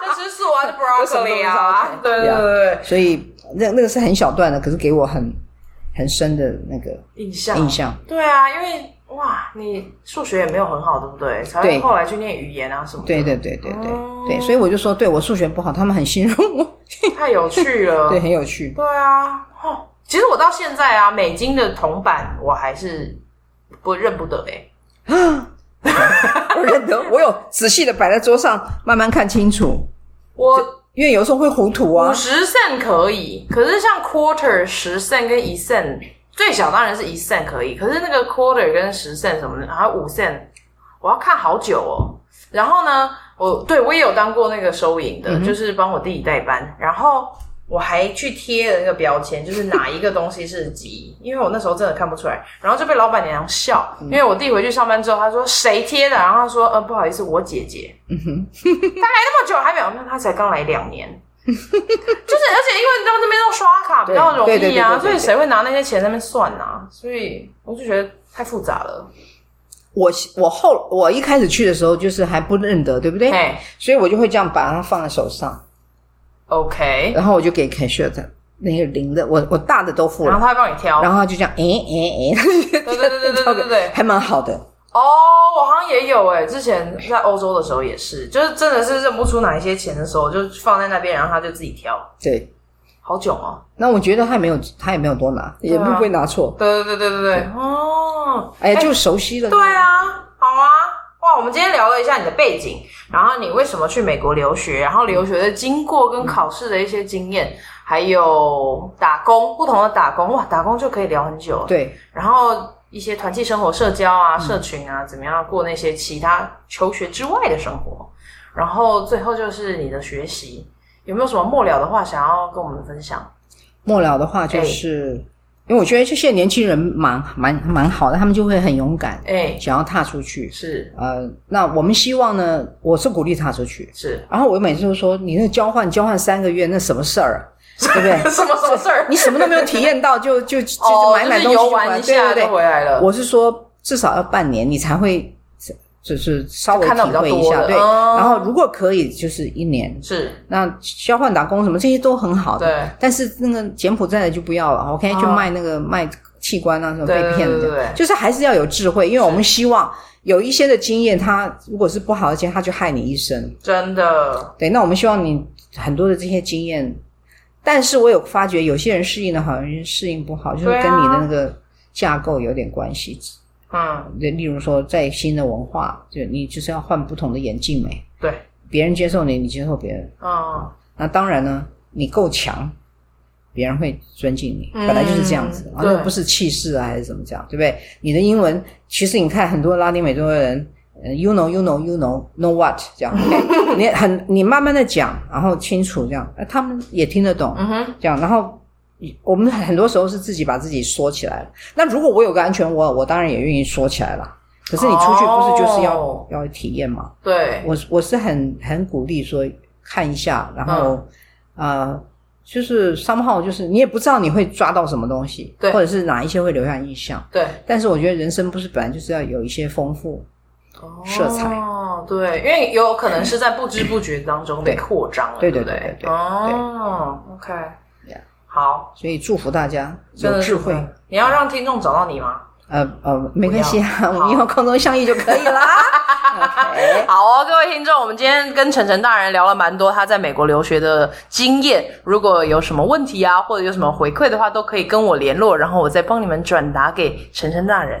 [SPEAKER 2] 那吃素啊，就
[SPEAKER 3] 什么都不
[SPEAKER 2] broccoli
[SPEAKER 3] 知
[SPEAKER 2] 啊
[SPEAKER 3] 道，
[SPEAKER 2] 对对
[SPEAKER 3] 对啊
[SPEAKER 2] 对
[SPEAKER 3] 所以那那个是很小段的，可是给我很很深的那个
[SPEAKER 2] 对，印象
[SPEAKER 3] 印象。
[SPEAKER 2] 对啊，因为哇，你数学也没有很好，对不对？才会
[SPEAKER 3] 对
[SPEAKER 2] 后来去念语言啊什么的，
[SPEAKER 3] 对对对对对
[SPEAKER 2] 哦
[SPEAKER 3] 对，所以我就说，对我数学不好，他们很信任我，
[SPEAKER 2] 太有趣了。
[SPEAKER 3] 对，很有趣。
[SPEAKER 2] 对啊，哦，其实我到现在啊，美金的铜板我还是不认不得哎、
[SPEAKER 3] 啊 我认得，我有仔细的摆在桌上，慢慢看清楚，
[SPEAKER 2] 我
[SPEAKER 3] 因为有时候会糊涂啊
[SPEAKER 2] 五。十 cent 可以，可是像 quarter 十 cent 跟一 cent，最小当然是一 cent 可以，可是那个 quarter 跟十 cent 什么的，还有五 cent，我要看好久哦。然后呢，我对我也有当过那个收银的，
[SPEAKER 3] 嗯哼
[SPEAKER 2] 就是帮我弟弟代班，然后我还去贴了那个标签，就是哪一个东西是几，因为我那时候真的看不出来，然后就被老板娘笑，
[SPEAKER 3] 嗯
[SPEAKER 2] 因为我弟回去上班之后，他说谁贴的，然后他说呃不好意思，我姐姐，
[SPEAKER 3] 嗯哼，
[SPEAKER 2] 那么久还没有，那他才刚来两年，就是而且因为你知道那边都刷卡比较容
[SPEAKER 3] 对对
[SPEAKER 2] 易
[SPEAKER 3] 对对
[SPEAKER 2] 啊，
[SPEAKER 3] 对
[SPEAKER 2] 所以谁会拿那些钱在那边算啊？所以我就觉得太复杂了。
[SPEAKER 3] 我我后我一开始去的时候就是还不认得，对不对？
[SPEAKER 2] 哎
[SPEAKER 3] 所以我就会这样把它放在手上，
[SPEAKER 2] ，OK，
[SPEAKER 3] 然后我就给 cashier 的那个零的，我我大的都付
[SPEAKER 2] 然后他
[SPEAKER 3] 了，
[SPEAKER 2] 会帮你挑。
[SPEAKER 3] 然后他就这样，哎哎
[SPEAKER 2] 对
[SPEAKER 3] 哎，
[SPEAKER 2] 对对对对对对对。
[SPEAKER 3] 还蛮好的。
[SPEAKER 2] 哦，我好像也有哎、之前在欧洲的时候也是，就是真的是认不出哪一些钱的时候，就放在那边，然后他就自己挑。
[SPEAKER 3] 对，
[SPEAKER 2] 好囧哦。
[SPEAKER 3] 那我觉得他也没有，他也没有多拿，也不会拿错。
[SPEAKER 2] 对对对对对对。哦，
[SPEAKER 3] 哎呀，就熟悉了。
[SPEAKER 2] 对啊，好啊，哇，我们今天聊了一下你的背景，然后你为什么去美国留学，然后留学的经过跟考试的一些经验，还有打工不同的打工，哇，打工就可以聊很久了。
[SPEAKER 3] 对
[SPEAKER 2] 然后一些团体生活、社交
[SPEAKER 3] 嗯
[SPEAKER 2] 啊、社群啊，怎么样过那些其他求学之外的生活，然后最后就是你的学习，有没有什么末了的话想要跟我们分享？
[SPEAKER 3] 末了的话就是，因为我觉得这些年轻人蛮蛮蛮好的，他们就会很勇敢，
[SPEAKER 2] 哎，
[SPEAKER 3] 想要踏出去。
[SPEAKER 2] 是
[SPEAKER 3] 呃，那我们希望呢，我是鼓励踏出去。
[SPEAKER 2] 是，
[SPEAKER 3] 然后我每次都说，你那交换交换三个月，那什么事儿啊，对不对？
[SPEAKER 2] 什么什么事 儿？
[SPEAKER 3] 你什么都没有体验到，就就就
[SPEAKER 2] 哦，
[SPEAKER 3] 买买
[SPEAKER 2] 就
[SPEAKER 3] 东
[SPEAKER 2] 是
[SPEAKER 3] 西
[SPEAKER 2] 游
[SPEAKER 3] 就
[SPEAKER 2] 玩
[SPEAKER 3] 完，
[SPEAKER 2] 一下就
[SPEAKER 3] 对对对。
[SPEAKER 2] 回来了。
[SPEAKER 3] 我是说，至少要半年，你才会就是稍微
[SPEAKER 2] 看
[SPEAKER 3] 体
[SPEAKER 2] 到比较
[SPEAKER 3] 会一
[SPEAKER 2] 多
[SPEAKER 3] 下，
[SPEAKER 2] 的
[SPEAKER 3] 对。
[SPEAKER 2] 哦
[SPEAKER 3] 然后如果可以，就是一年
[SPEAKER 2] 是
[SPEAKER 3] 那交换打工什么这些都很好的，
[SPEAKER 2] 对
[SPEAKER 3] 但是那个柬埔寨的就不要了，OK，、
[SPEAKER 2] 哦
[SPEAKER 3] 就卖那个卖器官啊什么
[SPEAKER 2] 对
[SPEAKER 3] 被骗的，
[SPEAKER 2] 对对对
[SPEAKER 3] 就是还是要有智慧，因为我们希望有一些的经验，它如果是不好的经验，它就害你一生。
[SPEAKER 2] 真的，
[SPEAKER 3] 对，那我们希望你很多的这些经验，但是我有发觉有些人适应的好，有些人适应不好，就是
[SPEAKER 2] 对
[SPEAKER 3] 跟
[SPEAKER 2] 啊
[SPEAKER 3] 你的那个架构有点关系。
[SPEAKER 2] 嗯，
[SPEAKER 3] 例例如说，在新的文化，就你就是要换不同的眼镜美，
[SPEAKER 2] 对，
[SPEAKER 3] 别人接受你，你接受别人。
[SPEAKER 2] 嗯，
[SPEAKER 3] 那当然呢，你够强，别人会尊敬你，
[SPEAKER 2] 嗯
[SPEAKER 3] 本来就是这样子，而
[SPEAKER 2] 对
[SPEAKER 3] 且不是气势啊还是怎么讲，对不对？你的英文，其实你看很多拉丁美洲的人。呃 You know, you know, you know, know what？这样 o 你很你慢慢的讲，然后清楚这样，呃他们也听得懂，
[SPEAKER 2] 嗯哼，
[SPEAKER 3] 这样，然后我们很多时候是自己把自己缩起来了。那如果我有个安全窝，我当然也愿意缩起来了。可是你出去不是就是要、
[SPEAKER 2] 哦
[SPEAKER 3] 要体验吗？
[SPEAKER 2] 对，
[SPEAKER 3] 我我是很很鼓励说看一下，然后、呃，就是商号，就是你也不知道你会抓到什么东西，
[SPEAKER 2] 对
[SPEAKER 3] 或者是哪一些会留下印象。
[SPEAKER 2] 对，
[SPEAKER 3] 但是我觉得人生不是本来就是要有一些丰富，色彩
[SPEAKER 2] 哦，对，因为有可能是在不知不觉当中被
[SPEAKER 3] 对
[SPEAKER 2] 扩张了，
[SPEAKER 3] 对
[SPEAKER 2] 不
[SPEAKER 3] 对对对对
[SPEAKER 2] 哦，OK，
[SPEAKER 3] Yeah
[SPEAKER 2] 好，
[SPEAKER 3] 所以祝福大家
[SPEAKER 2] 真
[SPEAKER 3] 有
[SPEAKER 2] 的
[SPEAKER 3] 智
[SPEAKER 2] 是
[SPEAKER 3] 慧
[SPEAKER 2] 会。你要让听众找到你吗？
[SPEAKER 3] 呃呃，没关系 啊，我们以后空中相遇就可以了。OK，
[SPEAKER 4] 好哦，各位听众，我们今天跟晨晨大人聊了蛮多他在美国留学的经验。如果有什么问题啊，或者有什么回馈的话，都可以跟我联络，然后我再帮你们转达给晨晨大人。